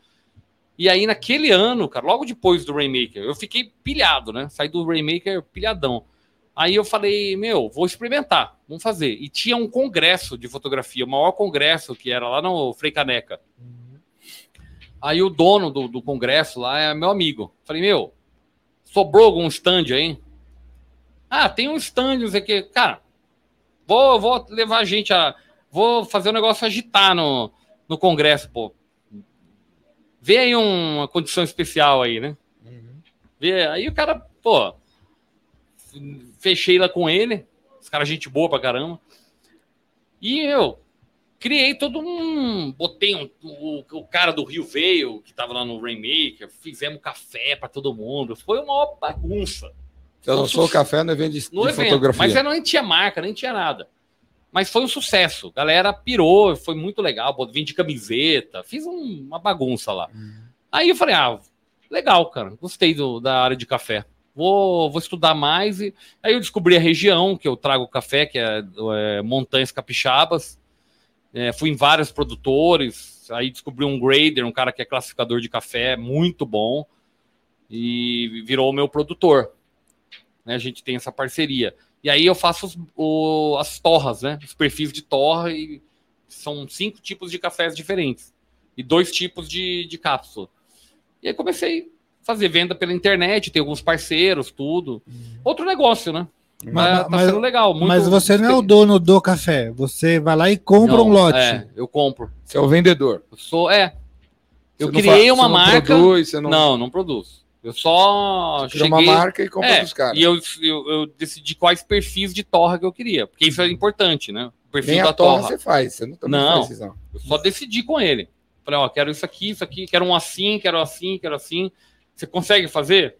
E aí, naquele ano, cara, logo depois do Rainmaker, eu fiquei pilhado, né? Saí do Rainmaker pilhadão. Aí eu falei, meu, vou experimentar, vamos fazer. E tinha um congresso de fotografia, o maior congresso que era lá no Frei Caneca. Aí o dono do, do congresso lá é meu amigo. Falei, meu, sobrou algum stand aí? Ah, tem um stand, não sei o que. Cara, vou, vou levar a gente a. Vou fazer o negócio agitar no, no Congresso, pô. Vê aí uma condição especial aí, né?
Uhum.
Vê, aí o cara, pô, fechei lá com ele. Os caras, gente boa pra caramba. E eu criei todo um. Botei um, o, o cara do Rio veio, que tava lá no Rainmaker, fizemos café pra todo mundo. Foi uma bagunça
Eu não sou o café no evento de,
no
de
evento.
fotografia.
Mas eu não tinha marca, nem tinha nada. Mas foi um sucesso. Galera pirou, foi muito legal. pô, Vim de camiseta, fiz um- uma bagunça lá.
Uhum.
Aí eu falei, ah, legal, cara. Gostei do- da área de café. Vou, vou estudar mais. E... Aí eu descobri a região que eu trago café, que é, é, Montanhas Capixabas. É, fui em vários produtores. Aí descobri um grader, um cara que é classificador de café, muito bom. E virou o meu produtor. Né, a gente tem essa parceria. E aí eu faço os- o- as torras, né? Os perfis de torra e são cinco tipos de cafés diferentes e dois tipos de, de cápsula. E aí comecei a fazer venda pela internet, tem alguns parceiros, tudo. Outro negócio, né?
Uhum. Mas-
Mas, tá
mas-
sendo legal. muito-
Mas você não é o dono do café. Você vai lá e compra
Não,
um lote.
É, eu compro.
Você é o vendedor.
Eu sou, é. Eu
Você não
criei
fa-
uma
você não
marca.
Produz, você não,
Não... não, produzo. Eu só
Cria
cheguei.
uma marca e compra
É,
dos caras.
E eu, eu, eu decidi quais perfis de torra que eu queria, porque isso é importante, né? O perfil
Nem
da
a torra
torra.
você faz. Você não toma
Não.
Faz isso, não.
Eu só decidi com ele. Falei, ó, quero isso aqui, isso aqui, quero um assim, quero assim, quero assim. Você consegue fazer?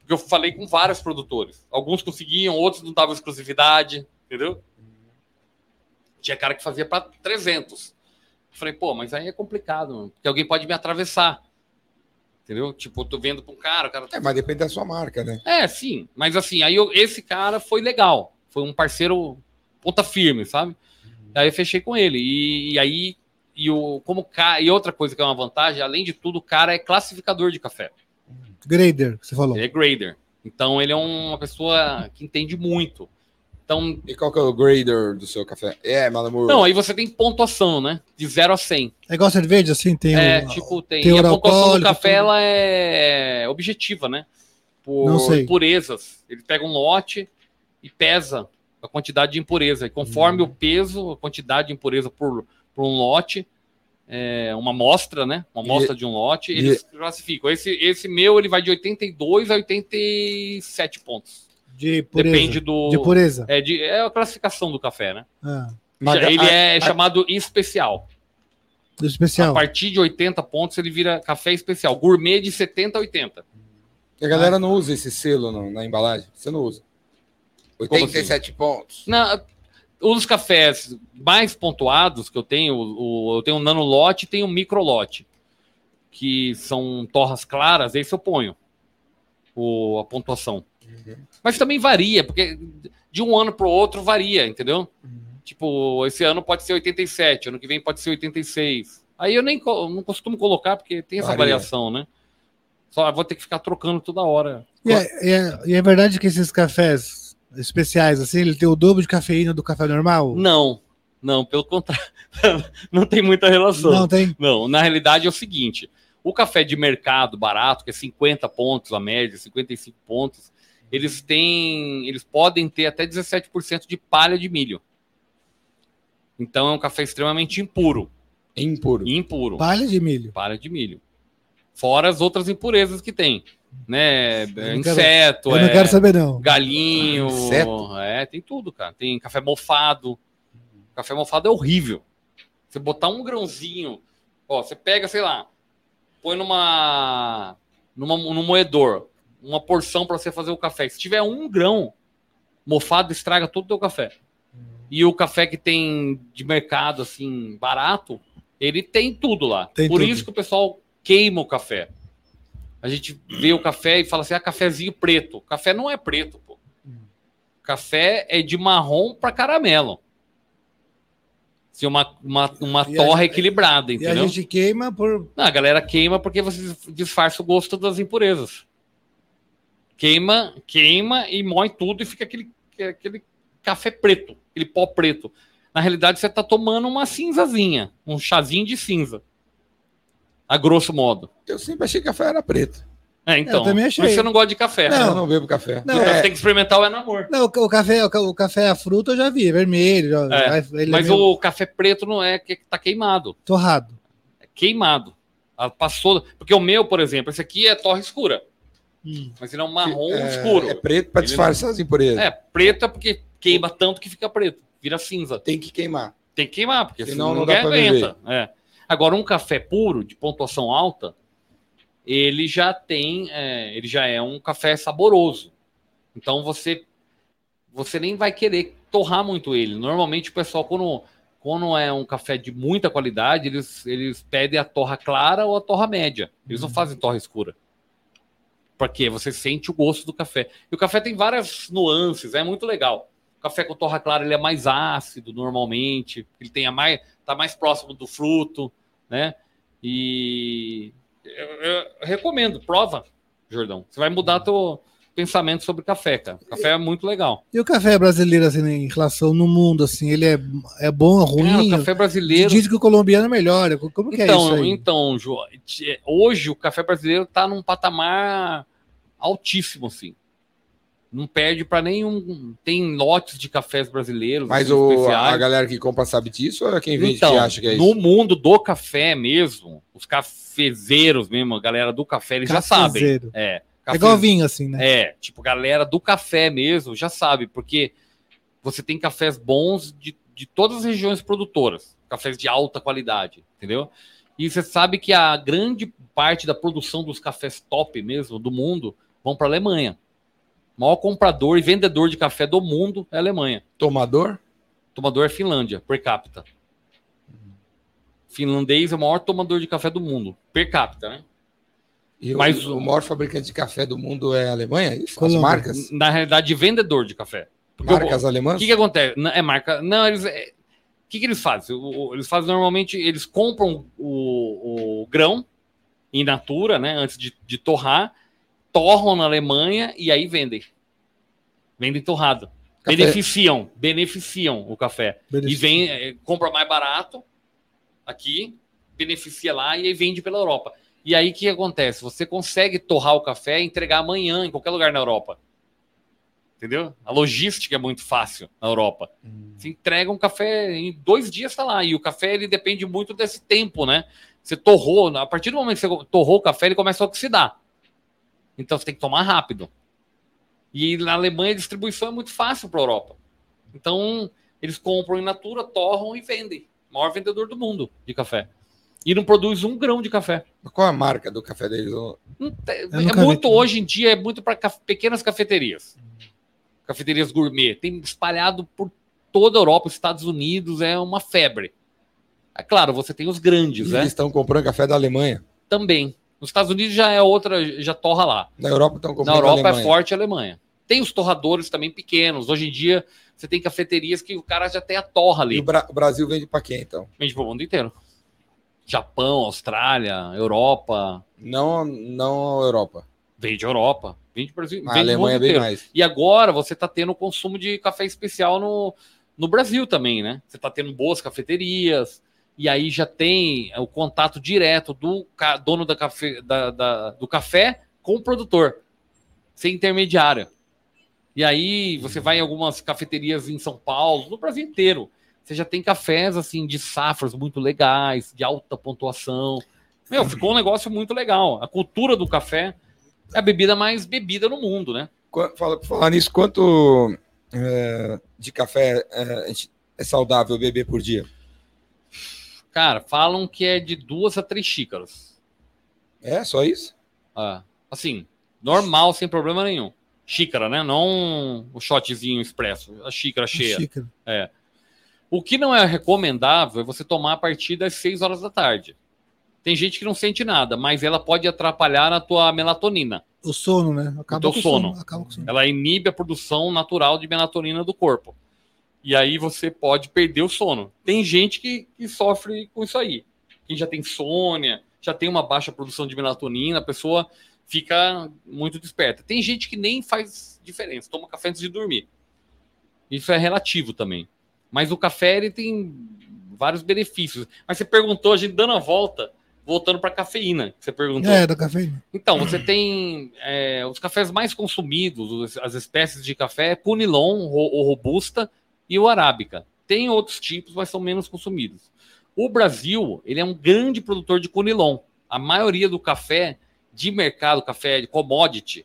Porque eu falei com vários produtores. Alguns conseguiam, outros não davam exclusividade, entendeu? Tinha cara que fazia para 300. Eu Falei, pô, mas aí é complicado, mano, porque alguém pode me atravessar. Entendeu? Tipo, eu tô vendo pra um cara, o cara
É, mas depende da sua marca, né?
é, sim. Mas assim, aí eu- esse cara foi legal. Foi um parceiro ponta firme, sabe? Aí eu fechei com ele. E, e aí, e, o, como, ca- e outra coisa que é uma vantagem, além de tudo, o cara é classificador de café.
Grader, que você falou.
Ele é grader. Então ele é uma pessoa que entende muito. Então,
E qual que é o grader do seu café? É, Malamur.
não, aí você tem pontuação, né? De 0 a 100.
É igual cerveja, assim? Tem
é,
o-
tipo, tem.
teor
E a pontuação do
alcoólico,
café,
tudo.
ela é objetiva, né? Por
Não sei.
impurezas. Ele pega um lote e pesa a quantidade de impureza. E conforme o peso, a quantidade de impureza por, por um lote, é, uma amostra, né? Uma amostra de um lote,
e-
eles classificam. Esse, esse meu, ele vai de 82 a 87 pontos.
de pureza.
Depende do.
De pureza.
É, de, é a classificação do café, né?
Ah.
Maga-
Ele é chamado especial.
Do
A
especial.
partir de 80 pontos ele vira café especial. Gourmet de 70 a 80. é-
A
Ah.
galera não usa esse selo não, na embalagem. Você não usa.
assim?
87 pontos.
Na, os cafés mais pontuados que eu tenho, o- eu tenho um nanolote e tenho um microlote, que são torras claras, esse eu ponho o, a pontuação. Mas também varia, porque de um ano para o outro varia, entendeu? Tipo, esse ano pode ser 87, ano que vem pode ser 86. Aí eu nem co- não costumo colocar, porque tem essa
Varia.
variação, né? Só vou ter que ficar trocando toda hora.
E é, e é- e é verdade que esses cafés especiais, assim, ele tem o dobro de cafeína do café normal?
Não, não, pelo contrário. não tem muita relação.
Não tem.
Não, na realidade é o seguinte: o café de mercado barato, que é 50 pontos a média, 55 pontos, eles têm. Eles podem ter até 17% de palha de milho. Então é um café extremamente impuro.
Impuro.
Impuro.
Palha de milho.
Palha de milho. Fora as outras impurezas que tem. Né?
quero-
Inseto,
Eu não
é,
quero saber, não.
galinho.
Inseto?
É, tem tudo, cara. Tem café mofado. Café mofado é horrível. Você botar um grãozinho, ó, você pega, sei lá, põe numa, numa num moedor, uma porção para você fazer o café. Se tiver um grão mofado, estraga todo o teu café. E o café que tem de mercado assim barato, ele tem tudo lá.
Tem
Por
tudo.
isso que o pessoal queima o café. A gente vê o café e fala assim: ah, cafezinho preto. Café não é preto, pô. Café é de marrom para caramelo. Assim, uma, uma, uma
E a
torra
gente-
equilibrada,
E a
entendeu?
gente queima por.
Não, a galera queima porque você disfarça o gosto das impurezas. Queima, queima e moe tudo e fica aquele, aquele café preto, aquele pó preto. Na realidade, você está tomando uma cinzazinha, um chazinho de cinza. A grosso modo.
Eu sempre achei que café era preto.
É, então.
Eu também
Por
achei.
isso eu não gosto de café.
Não.
Eu não bebo café.
Não,
Então
É,
você tem que experimentar o enamor.
Não, o ca- o café, o ca- o café a fruta eu já vi, é vermelho. já-
É,
ele
Mas
é meio
o café preto não é que tá queimado.
torrado.
É queimado. Ah, Passou. Porque o meu, por exemplo, esse aqui é torre escura. Mas ele é um marrom
Hum. é,
escuro.
É preto para
Ele
disfarçar as impurezas.
É, preto é porque queima tanto que fica preto, vira cinza.
Tem que queimar.
Tem que queimar, porque
Senão
senão
não
ninguém
dá pra
aguenta. É. Agora, um café puro, de pontuação alta, ele já tem, é, ele já é um café saboroso. Então você você nem vai querer torrar muito ele. Normalmente o pessoal, quando, quando é um café de muita qualidade, eles, eles pedem a torra clara ou a torra média. Eles
Uhum.
não fazem torra escura. Porque você sente o gosto do café. E o café tem várias nuances, é muito legal. O café com torra clara ele é mais ácido normalmente, ele tem a mais, tá mais próximo do fruto, né? E eu, eu recomendo, prova, Jordão. Você vai mudar teu pensamento sobre café, cara. Café é muito legal.
E o café brasileiro, assim, em relação no mundo, assim, ele é, é bom, é
Cara,
ruim?
o café brasileiro.
Diz que o colombiano é melhor. Como que é isso
Então,
aí?
então, João, t- hoje o café brasileiro tá num patamar altíssimo, assim. Não perde para nenhum. Tem lotes de cafés brasileiros.
Mas
assim,
o,
especiais.
a galera que compra sabe disso ou é quem vende
Então,
que acha que é
no
isso?
mundo do café mesmo, os cafezeiros mesmo, a galera do café, eles já sabem.
Cafezeiro.
É,
É
cafe-
igual vinho, assim, né?
é, tipo, galera do café mesmo já sabe, porque você tem cafés bons de, de todas as regiões produtoras, cafés de alta qualidade, entendeu? E você sabe que a grande parte da produção dos cafés top mesmo do mundo vão para a Alemanha. O maior comprador e vendedor de café do mundo é a Alemanha.
Tomador?
Tomador é Finlândia, per capita. Finlandês é o maior tomador de café do mundo, per capita, né?
E o-
Mas
o,
o-
maior fabricante de café do mundo é a Alemanha? é Isso?
Colômbia.
As marcas?
Na realidade, de vendedor de café. Porque o-
Marcas
O
alemãs?
que, que acontece? Não, é marca. Não, eles. é- o que, que eles fazem? O- o- eles fazem normalmente, eles compram o, o grão in natura, né? Antes de, de torrar, torram na Alemanha e aí vendem. Vendem torrado.
Café.
Beneficiam, beneficiam o café. E
Beleza.
vem, é, compra mais barato aqui, beneficia lá e aí vende pela Europa. E aí o que acontece? Você consegue torrar o café e entregar amanhã em qualquer lugar na Europa. Entendeu? A logística é muito fácil na Europa.
Hum.
Você entrega um café em dois dias, tá lá. E o café ele depende muito desse tempo, né? Você torrou, a partir do momento que você torrou o café, ele começa a oxidar. Então você tem que tomar rápido. E na Alemanha a distribuição é muito fácil para a Europa. Então Eles compram in natura, torram e vendem. Maior vendedor do mundo de café. E não produz um grão de café.
Qual a marca do café deles? Ô,
Não te- É
nunca vi
muito
também.
hoje em dia, é muito para pequenas cafeterias. Cafeterias gourmet. Tem espalhado por toda a Europa, Estados Unidos, é uma febre. É claro, você tem os grandes,
Eles
né?
estão comprando café da Alemanha.
Também. Nos Estados Unidos já é outra, já torra lá.
Na Europa estão
Na
comprando
Europa
da
é
Alemanha.
forte a Alemanha. Tem os torradores também pequenos. Hoje em dia, você tem cafeterias que o cara já tem a torra
E o
ali.
Bra- o Brasil vende para quem, então?
Vende pro mundo inteiro. Japão, Austrália, Europa.
Não, não a Europa.
Vende Europa. Vende Brasil.
A
vende o
Alemanha é
mundo
bem
inteiro.
mais.
E agora você está tendo o consumo de café especial no, no Brasil também, né? Você está tendo boas cafeterias, e aí já tem é, o contato direto do ca- dono da cafe- da- da- do café com o produtor, sem intermediário. E aí você vai em algumas cafeterias em São Paulo, no Brasil inteiro. Você já tem cafés assim de safras muito legais, de alta pontuação. Meu, ficou um negócio muito legal. A cultura do café é a bebida mais bebida no mundo, né?
Qua- Fala, por falar nisso, quanto é, de café é, a gente- é saudável beber por dia?
Cara, falam que é de duas a três xícaras.
É só isso?
Ah, assim, normal, sem problema nenhum. Xícara, né? Não o shotzinho expresso, a xícara cheia.
Xícara.
O que não é recomendável é você tomar a partir das 6 horas da tarde. Tem gente que não sente nada, mas ela pode atrapalhar na tua melatonina.
O sono, né? Acaba
teu
com o
sono.
Acaba com o sono.
Ela inibe a produção natural de melatonina do corpo. E aí você pode perder o sono. Tem gente que, que sofre com isso aí. Quem já tem sônia, já tem uma baixa produção de melatonina, a pessoa fica muito desperta. Tem gente que nem faz diferença, toma café antes de dormir. Isso é relativo também. Mas o café ele tem vários benefícios. Mas você perguntou, a gente dando a volta, voltando para cafeína, que você perguntou.
É, da cafeína.
Então, você tem é, os cafés mais consumidos, os- as espécies de café, é Punilon, ro- o Robusta e o Arábica. Tem outros tipos, mas são menos consumidos. O Brasil, ele é um grande produtor de Punilon. A maioria do café de mercado, café de commodity,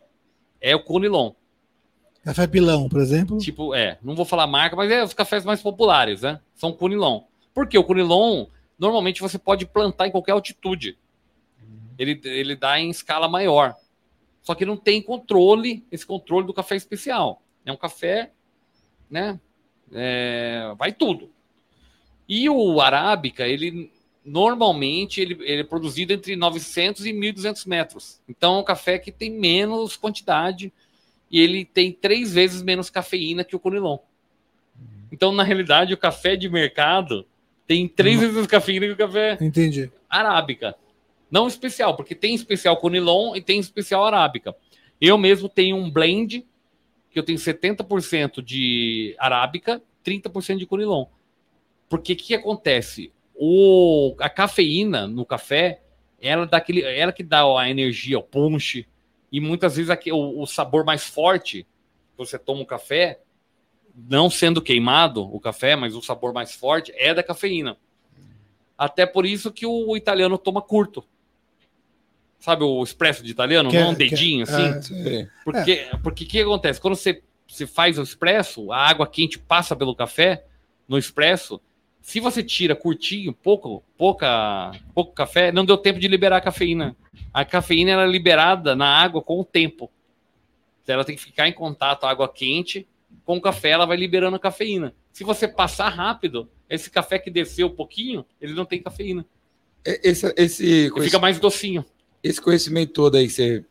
é o Cunilon.
Café pilão, por exemplo.
Tipo, é, não vou falar marca, mas é os cafés mais populares, né? São Cunilon. Porque o Cunilon, normalmente você pode plantar em qualquer altitude. Ele, ele dá em escala maior. Só que não tem controle, esse controle do café especial. É um café, né? É, vai tudo. E o Arábica, ele normalmente ele, ele é produzido entre 900 e 1.200 metros. Então é um café que tem menos quantidade e ele tem três vezes menos cafeína que o Conilon. Então, na realidade, o café de mercado tem três vezes mais cafeína que o café
Entendi.
arábica. Não especial, porque tem especial Conilon e tem especial arábica. Eu mesmo tenho um blend que eu tenho 70% de arábica, 30% de Conilon. Porque o que acontece? O, a cafeína no café, ela, dá aquele, ela que dá a energia, o punch, e muitas vezes aque- o, o sabor mais forte que você toma o café, não sendo queimado o café, mas o sabor mais forte é da cafeína. Até por isso que o italiano toma curto. Sabe o expresso de italiano?
Que é-
não um dedinho,
que é-
assim?
é.
Sim.
Porque porque o que acontece? Quando você, você faz o expresso, a água quente passa pelo café no expresso. Se você tira curtinho, pouco, pouca, pouco café, não deu tempo de liberar a cafeína. A cafeína ela é liberada na água com o tempo. Então, Ela tem que ficar em contato a água quente com o café, ela vai liberando a cafeína. Se você passar rápido, esse café que desceu um pouquinho, ele não tem cafeína.
E- Esse, esse,
Ele fica mais docinho.
esse conhecimento todo aí que você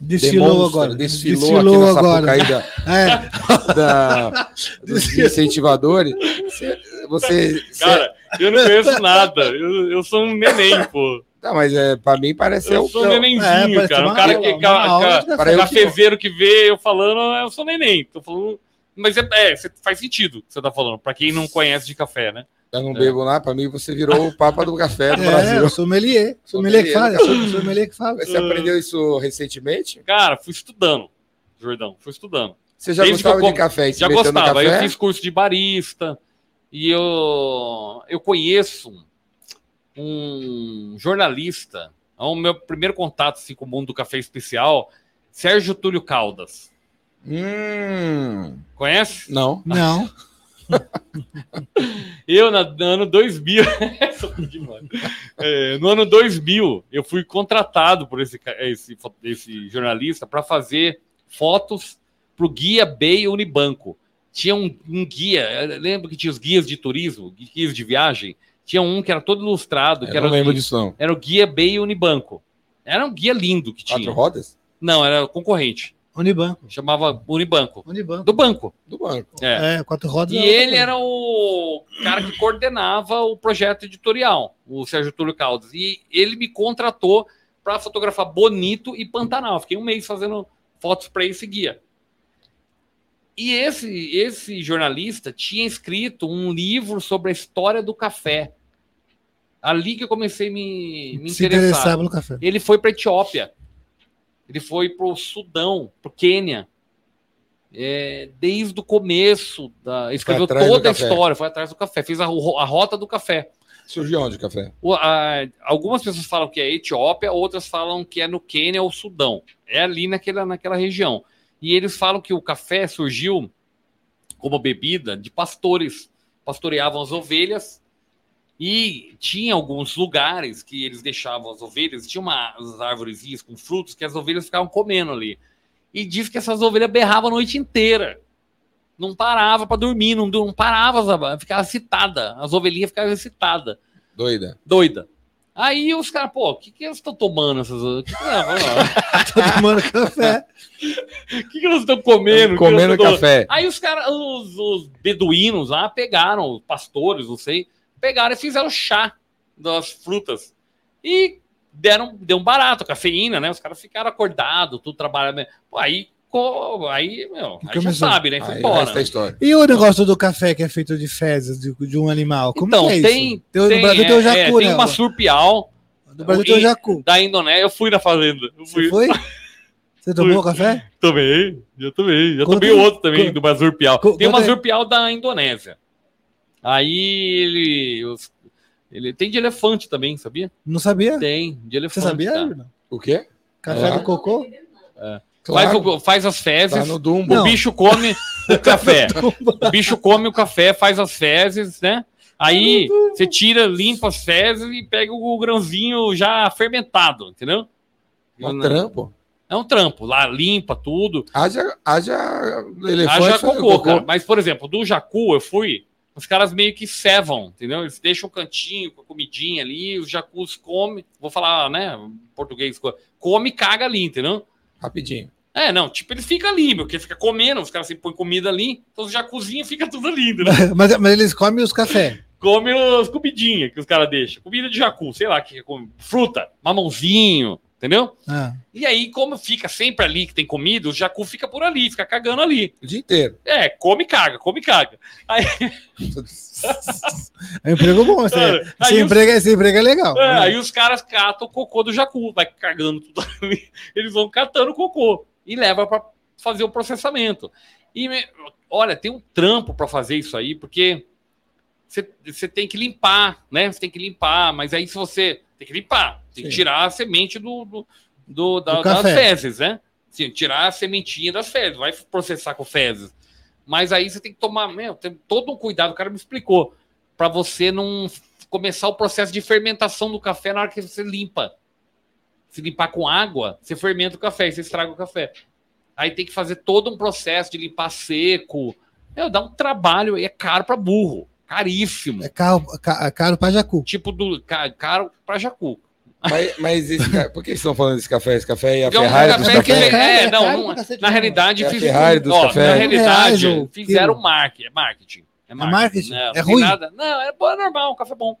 Desfilou
demonstra,
agora.
desfilou,
Desfilou
aqui
agora.
na Sapucaí
É,
da, da- dos
Desfilou.
incentivadores, você... você-
Cara, eu não conheço nada. Eu, eu sou um neném, pô.
Não, mas é, pra mim parece...
Eu
eu-
sou um
eu-
nenenzinho,
é, parece
cara.
uma
Um cara
aula,
que.
uma
ca-
aula
ca-
de café.
Para eu que-
cafezeiro que vê eu falando, é, eu sou neném. Tô falando. Mas é, é, cê- faz sentido o que você tá falando, pra quem não conhece de café, né?
Eu não bebo nada, pra mim você virou o papa do café do
é,
Brasil.
eu sou sommelier. Sommelier que fala. sou
né?
Sommelier que fala.
É.
Você aprendeu isso recentemente?
Cara, fui estudando, Jordão, fui estudando.
Você já
Desde que
gostava
eu
de
com-
café? e se
Já
meteu no
gostava,
café?
eu fiz curso de barista e eu, eu conheço um jornalista, é o meu primeiro contato assim, com o mundo do café especial, Sérgio Túlio Caldas.
Hum,
Conhece?
não.
Não.
Eu, na- no ano 2000, Sou demais. É, no ano 2000, eu fui contratado por esse, ca- esse, fo- esse jornalista para fazer fotos para o guia Bay Unibanco. Tinha um, um guia, eu lembro que tinha os guias de turismo, gui- guias de viagem. Tinha um que era todo ilustrado, que
É, Eu
era,
não lembro
o,
disso, não.
era o guia Bay Unibanco. Era um guia lindo que
Quatro
tinha.
rodas?
Não, era concorrente.
Unibanco.
Chamava Unibanco.
Unibanco.
Do banco.
Do banco.
É.
É, quatro rodas.
E
é outra
ele
coisa.
era o cara que coordenava o projeto editorial, o Sérgio Túlio Caldas. E ele me contratou para fotografar Bonito e Pantanal. Fiquei um mês fazendo fotos para esse guia. E esse, esse jornalista tinha escrito um livro sobre a história do café. Ali que eu comecei a me, me
Se
interessar.
interessava no café.
Ele foi para Etiópia. Ele foi para o Sudão, para o Quênia. É, desde o começo, da, escreveu
atrás do
toda a
café.
história, foi atrás do café, fez a, ro- a rota do café.
Surgiu onde o café?
O- a- algumas pessoas falam que é Etiópia, outras falam que é no Quênia ou Sudão. É ali naquela, naquela região. E eles falam que o café surgiu como bebida de pastores. Pastoreavam as ovelhas e tinha alguns lugares que eles deixavam as ovelhas, tinha umas árvorezinhas com frutos que as ovelhas ficavam comendo ali. E diz que essas ovelhas berravam a noite inteira. Não parava para dormir, não, não parava, ficava excitada. As ovelhinhas ficavam excitadas
Doida.
doida. Aí os caras, pô, o que, que eles estão tomando essas. O que, que, não, Ah.
Todo mundo café.
o que, que elas estão comendo? O que
Comendo
elas tão tomando?
café.
Aí os caras, os, os beduínos lá pegaram, os pastores, não sei, pegaram e fizeram chá das frutas. E deram, deu um barato, cafeína, né? Os caras ficaram acordados, tudo trabalhando. Pô, aí, co- aí, meu, aí já
Começou.
sabe, né? Foi
Aí o
embora.
resto é história.
E o negócio do café que é feito de fezes de, de um animal? Como
então,
que é
tem,
isso? no
tem,
Brasil tem o
é, é,
jacu,
tem
né?
uma surpial
No Brasil tem o
e-
jacu.
da Indonésia. Eu fui na fazenda. Eu fui.
Você foi? Você tomou café?
Tomei, já tomei. Já
Conta
tomei
aí,
outro também,
con-
do Mazurpial.
con-
Tem o
conta aí.
Mazurpial da Indonésia. Aí ele, os- ele. Tem de elefante também, sabia?
Não sabia?
Tem, de
Você
elefante.
sabia?
tá.
Bruno?
O quê?
Café
É.
do cocô?
Faz,
Claro,
o- faz as fezes,
tá no Dumbo.
o
Não.
bicho come o café. O bicho come o café, faz as fezes, né? Aí você tira, limpa as fezes e pega o grãozinho já fermentado, entendeu?
É um trampo.
É um trampo. Lá limpa tudo.
Haja, haja elefante.
Haja
fazendo
cocô, cara. Mas, por exemplo, do Jacu eu fui, os caras meio que cevam, entendeu? Eles deixam o cantinho com a comidinha ali, os jacus comem, vou falar, né, em português, co- come e caga ali, entendeu?
Rapidinho.
É, não, tipo, ele fica ali, meu, porque fica comendo, os caras sempre põem comida ali, então os jacuzinhos fica tudo ali, entendeu?
Mas, mas eles comem os café.
Come as comidinhas que os caras deixam, comida de jacu, sei lá, que come, fruta, mamãozinho, entendeu?
Ah,
E aí, como fica sempre ali que tem comida, o jacu fica por ali, fica cagando ali.
O dia inteiro.
É, come e caga, come e caga.
é um emprego bom. Esse,
Cara,
esse
aí os-
emprego, esse emprego é legal.
É, aí os caras catam o cocô do jacu, vai cagando tudo ali. Eles vão catando o cocô e leva para fazer o processamento. E me- olha, tem um trampo para fazer isso aí, porque você você tem que limpar, né? Você tem que limpar, mas aí se você tem que limpar, tem que
Sim.
tirar a semente do, do, do- da-
Do
das
café.
fezes, né? Sim, tirar a sementinha das fezes, vai processar com fezes. Mas aí você tem que tomar, meu, tem todo um cuidado, o cara me explicou, para você não começar o processo de fermentação do café na hora que você limpa. Se limpar com água, você fermenta o café, e você estraga o café. Aí tem que fazer todo um processo de limpar seco. Meu, dá um trabalho e é caro para burro, caríssimo.
É caro, ca- caro pra jacu.
Tipo do ca- caro para jacu.
Mas, mas esse ca- por que vocês estão falando desse café? Esse café é a
Porque é um
Ferrari dos
café que
cafés?
vem- é,
É
não,
caro
não-
pra cacete,
na
né?
realidade
É a
fiz- um-
Ferrari dos
ó,
cafés.
na
Reais,
realidade
ô,
fizeram
quilo.
marketing, é marketing, é marketing.
marketing?
Não,
É
não tem
ruim?
nada. Não, é, bom, é normal, um café bom.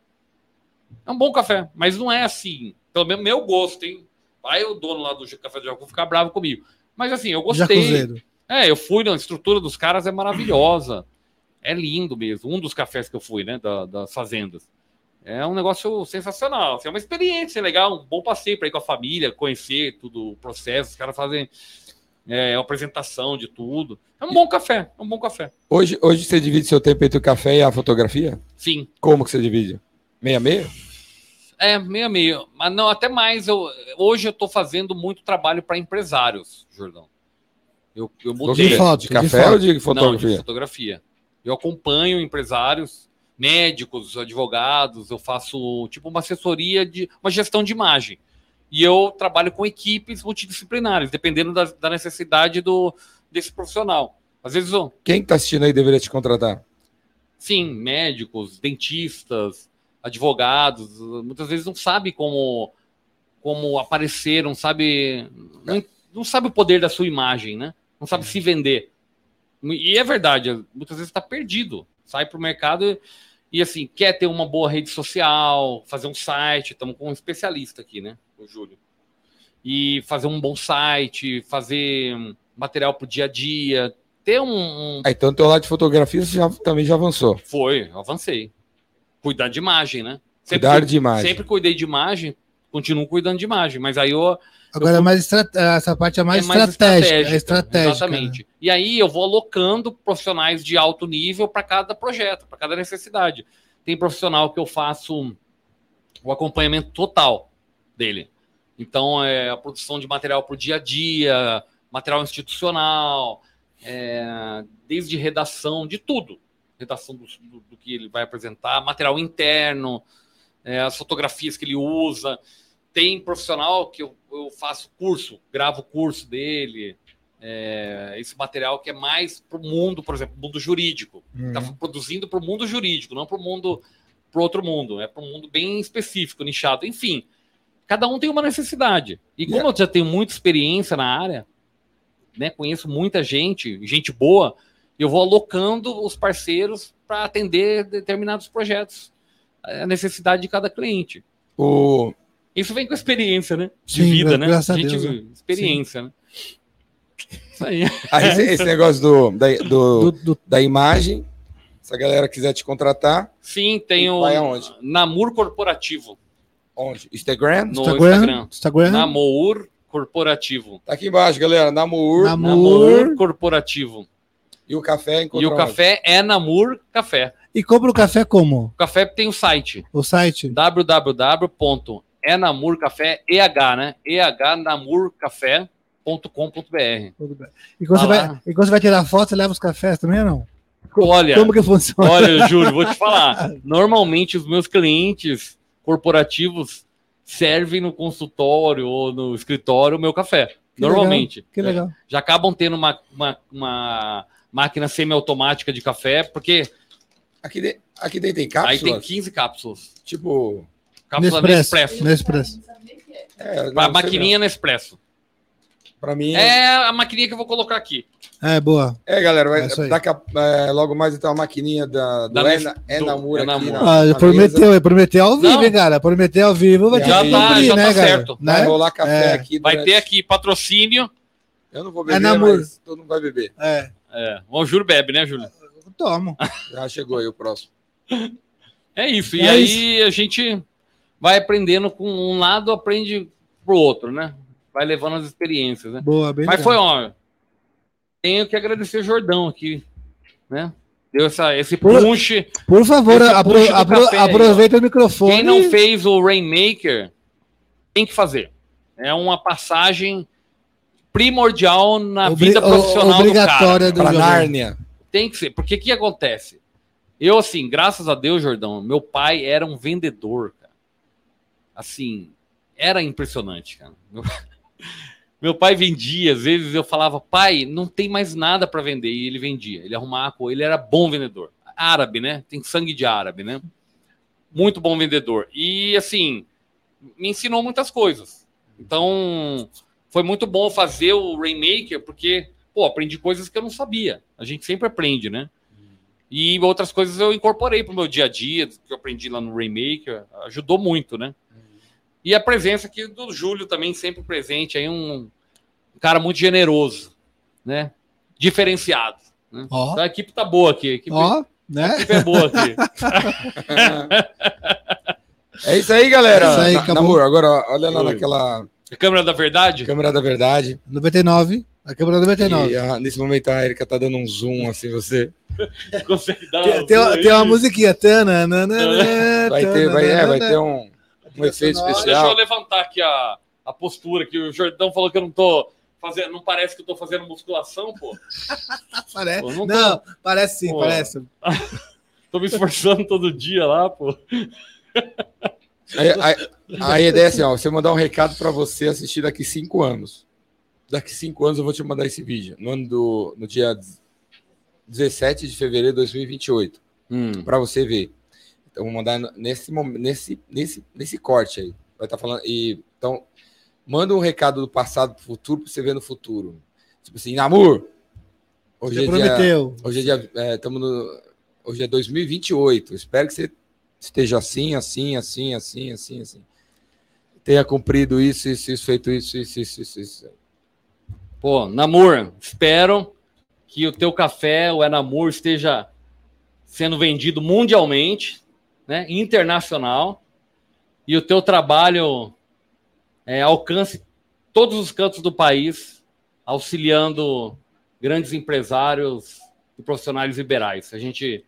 É um bom café, mas não é assim. Pelo menos meu gosto, hein? Vai o dono lá do café do Jacu ficar bravo comigo. Mas assim, eu gostei.
Jacuzeiro.
É, eu fui, a estrutura dos caras é maravilhosa. É lindo mesmo. Um dos cafés que eu fui, né? da- das fazendas. É um negócio sensacional. assim, é uma experiência legal, um bom passeio para ir com a família, conhecer tudo o processo. Os caras fazem é, apresentação de tudo. É um bom café, é um bom café.
Hoje, hoje você divide seu tempo entre o café e a fotografia?
Sim.
Como que você divide? Meia meia?
É, meio a meio. Mas não, até mais. Eu, hoje eu estou fazendo muito trabalho para empresários, Jordão. Eu, eu
De
mudei.
foto,
de
de
café
foto.
ou de
Não, de
fotografia?
fotografia. Eu acompanho empresários, médicos, advogados, eu faço tipo uma assessoria de uma gestão de imagem. E eu trabalho com equipes multidisciplinares, dependendo da, da necessidade do, desse profissional. Às vezes, eu-
Quem que tá assistindo aí deveria te contratar?
sim, médicos, dentistas, advogados, muitas vezes não sabe como como aparecer, não sabe não, não sabe o poder da sua imagem, né? Não sabe se vender. E é verdade, muitas vezes está perdido. Sai para o mercado e, e, assim quer ter uma boa rede social, fazer um site. Estamos com um especialista aqui, né? O Júlio. E fazer um bom site, fazer hum, material para o dia a dia, ter um, um
Ah, então teu lado de fotografia você já- também já avançou.
foi, eu avancei. Cuidar de imagem, né?
Cuidar de imagem.
Sempre cuidei de imagem, continuo cuidando de imagem, mas aí eu,
Agora, é mais estra- essa parte é mais, estratégica. É estratégica. né?
Exatamente. E aí eu vou alocando profissionais de alto nível para cada projeto, para cada necessidade. Tem profissional que eu faço o acompanhamento total dele. Então, é a produção de material para o dia a dia, material institucional, é, desde redação, de tudo. Redação do, do- do que ele vai apresentar, material interno, é, as fotografias que ele usa. Tem profissional que eu, eu faço curso, gravo o curso dele. é, esse material que é mais para o mundo, por exemplo, mundo jurídico. Está
Hum.
produzindo para o mundo jurídico, não para o mundo, para outro mundo. É para um mundo bem específico, nichado. Enfim, cada um tem uma necessidade. E como eu já tenho muita experiência na área, né, conheço muita gente, gente boa, eu vou alocando os parceiros para atender determinados projetos, É a necessidade de cada cliente.
O...
Isso vem com experiência, né? De
Sim,
vida, né?
graças a Deus,
Experiência, né? Isso aí.
Aí esse, esse negócio do, da, do-
Do- do-
da imagem, se a galera quiser te contratar,
Sim, tem
E
o
vai aonde?
Namur Corporativo
onde? Instagram?
no
Instagram.
Instagram.
Instagram.
Namur Corporativo.
Tá aqui embaixo, galera. Namur.
Namur.
Namur Corporativo.
E o café
E
encontra
o
onde?
café é Namur Café.
E compra o café como?
O café tem o site.
O site?
www.enamurcafé, EH, né? ehnamurcafé.com.br.
E quando,
Tá
você vai,
lá.
e quando você vai tirar foto, você leva os cafés também ou não?
Olha,
Como que funciona?
olha, eu juro, vou te falar. Normalmente os meus clientes corporativos servem no consultório ou no escritório o meu café.
Que
Normalmente.
Que legal.
já acabam tendo uma, uma, uma máquina semiautomática de café, porque
Aqui, de- aqui dentro tem cápsulas.
aí tem 15 cápsulas.
Tipo.
Cápsula
Nespresso.
Nespresso.
Nespresso.
É, não,
A
sei
maquininha Nespresso.
mesmo. Pra mim. É,
É a maquininha que eu vou colocar aqui.
É, boa.
galera.
É
Vai,
isso aí.
daqui a- é, logo mais então a maquininha da, do É
Da
Ena-
Nes- do É
Enamur aqui.
Enamur.
na-
Ah,
na mesa.
prometeu, é prometeu ao vivo,
Não.
hein, cara? Prometeu ao vivo, vai ter
Já
que
tá-
cumprir,
já tá
né, cara?
certo.
Né?
Vai rolar café
É.
aqui.
Vai
durante-
ter aqui patrocínio.
Eu não vou beber,
Enamur.
mas todo mundo vai beber.
É,
É, o Júlio bebe, né, Júlio?
eu tomo.
Já chegou aí o próximo.
É isso. E
É
aí a gente vai aprendendo com um lado, aprende pro outro, né? Vai levando as experiências, né?
Boa, bem
Mas
legal.
foi, ó. Tenho que agradecer o Jordão aqui, né? Deu essa, esse
Por-
punch.
Por favor,
Esse
apro-
puxa do
apro-
café aí,
aproveita o microfone.
Quem não fez o Rainmaker tem que fazer. É uma passagem primordial na
Obri-
vida
o-
profissional do cara.
obrigatória do
Pra
Jordão.
Nárnia.
Tem que ser. Porque o que acontece? Eu, assim, graças a Deus, Jordão, meu pai era um vendedor, cara. Assim, era impressionante, cara. Meu, meu pai vendia, às vezes eu falava, pai, não tem mais nada para vender. E ele vendia, ele arrumava a coisa, ele era bom vendedor. Árabe, né? Tem sangue de árabe, né? Muito bom vendedor. E, assim, me ensinou muitas coisas. Então, foi muito bom fazer o Rainmaker, porque pô, aprendi coisas que eu não sabia. A gente sempre aprende, né? E outras coisas eu incorporei pro meu dia a dia, que eu aprendi lá no Rainmaker, ajudou muito, né? E a presença aqui do Júlio também, sempre presente, aí um, um cara muito generoso, né? Diferenciado. Né?
Ó,
Então, a equipe tá boa aqui, a equipe, a
ó, né?
equipe é boa aqui.
É isso aí, galera.
É isso aí,
Na-
acabou.
Namur, agora olha lá
Oi.
naquela
A câmera da verdade?
câmera da verdade.
99, a câmera 99.
E, ah, nesse momento a Erika tá dando um zoom assim, você.
Consegue dar
Tem, tem uma, tem uma musiquinha. tananana,
Vai ter, vai,
né?
é, vai ter um, um
Trilha
efeito
sonora.
Deixa eu
especial.
levantar aqui a, a postura, que o Jordão falou que eu não tô fazer, não parece que eu tô fazendo musculação, pô.
Parece.
Pô,
não,
não
parece sim,
Pô.
parece.
Tô me esforçando todo dia lá, pô.
Aí, aí- aí a ideia é assim, ó, você mandar um recado pra você assistir daqui cinco anos. Daqui cinco anos eu vou te mandar esse vídeo. No, ano do, no dia 17 de fevereiro de 2028, pra você ver. Então, eu vou mandar no- nesse, mom- nesse, nesse, nesse corte aí. Vai estar falando. E, então, manda um recado do passado pro futuro pra você ver no futuro. Tipo assim, namor! Hoje
Você
é dia-
prometeu.
Hoje é dia, é, tamo no- hoje é 2028. Espero que você esteja assim, assim, assim, assim, assim, assim. Tenha cumprido isso, isso, isso, feito isso, isso, isso, isso, isso.
Pô, namor, espero que o teu café, o Enamor, esteja sendo vendido mundialmente, né, internacional, e o teu trabalho é, alcance todos os cantos do país, auxiliando grandes empresários e profissionais liberais. A gente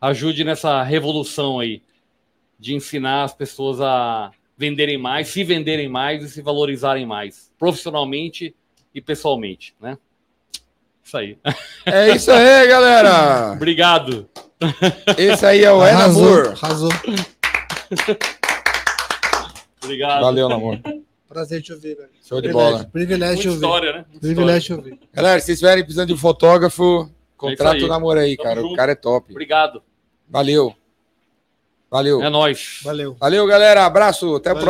ajude nessa revolução aí de ensinar as pessoas a venderem mais, se venderem mais e se valorizarem mais, profissionalmente e pessoalmente, né? Isso aí.
É isso aí, galera.
Obrigado.
Esse aí é o É
arrasou,
Namor.
arrasou.
Obrigado.
Valeu, Namor.
Prazer te ouvir, velho.
Show de
Privilégio,
bola.
Privilégio te
Muita
ouvir.
história, né? Muita história.
Privilégio te ouvir.
Galera, se vocês estiverem precisando de um fotógrafo, contrata
aí.
o Namor aí,
Tamo
cara. O
junto.
cara é top.
Obrigado.
Valeu. Valeu.
É nóis.
Valeu.
Valeu, galera. Abraço. Até a próxima.
Valeu.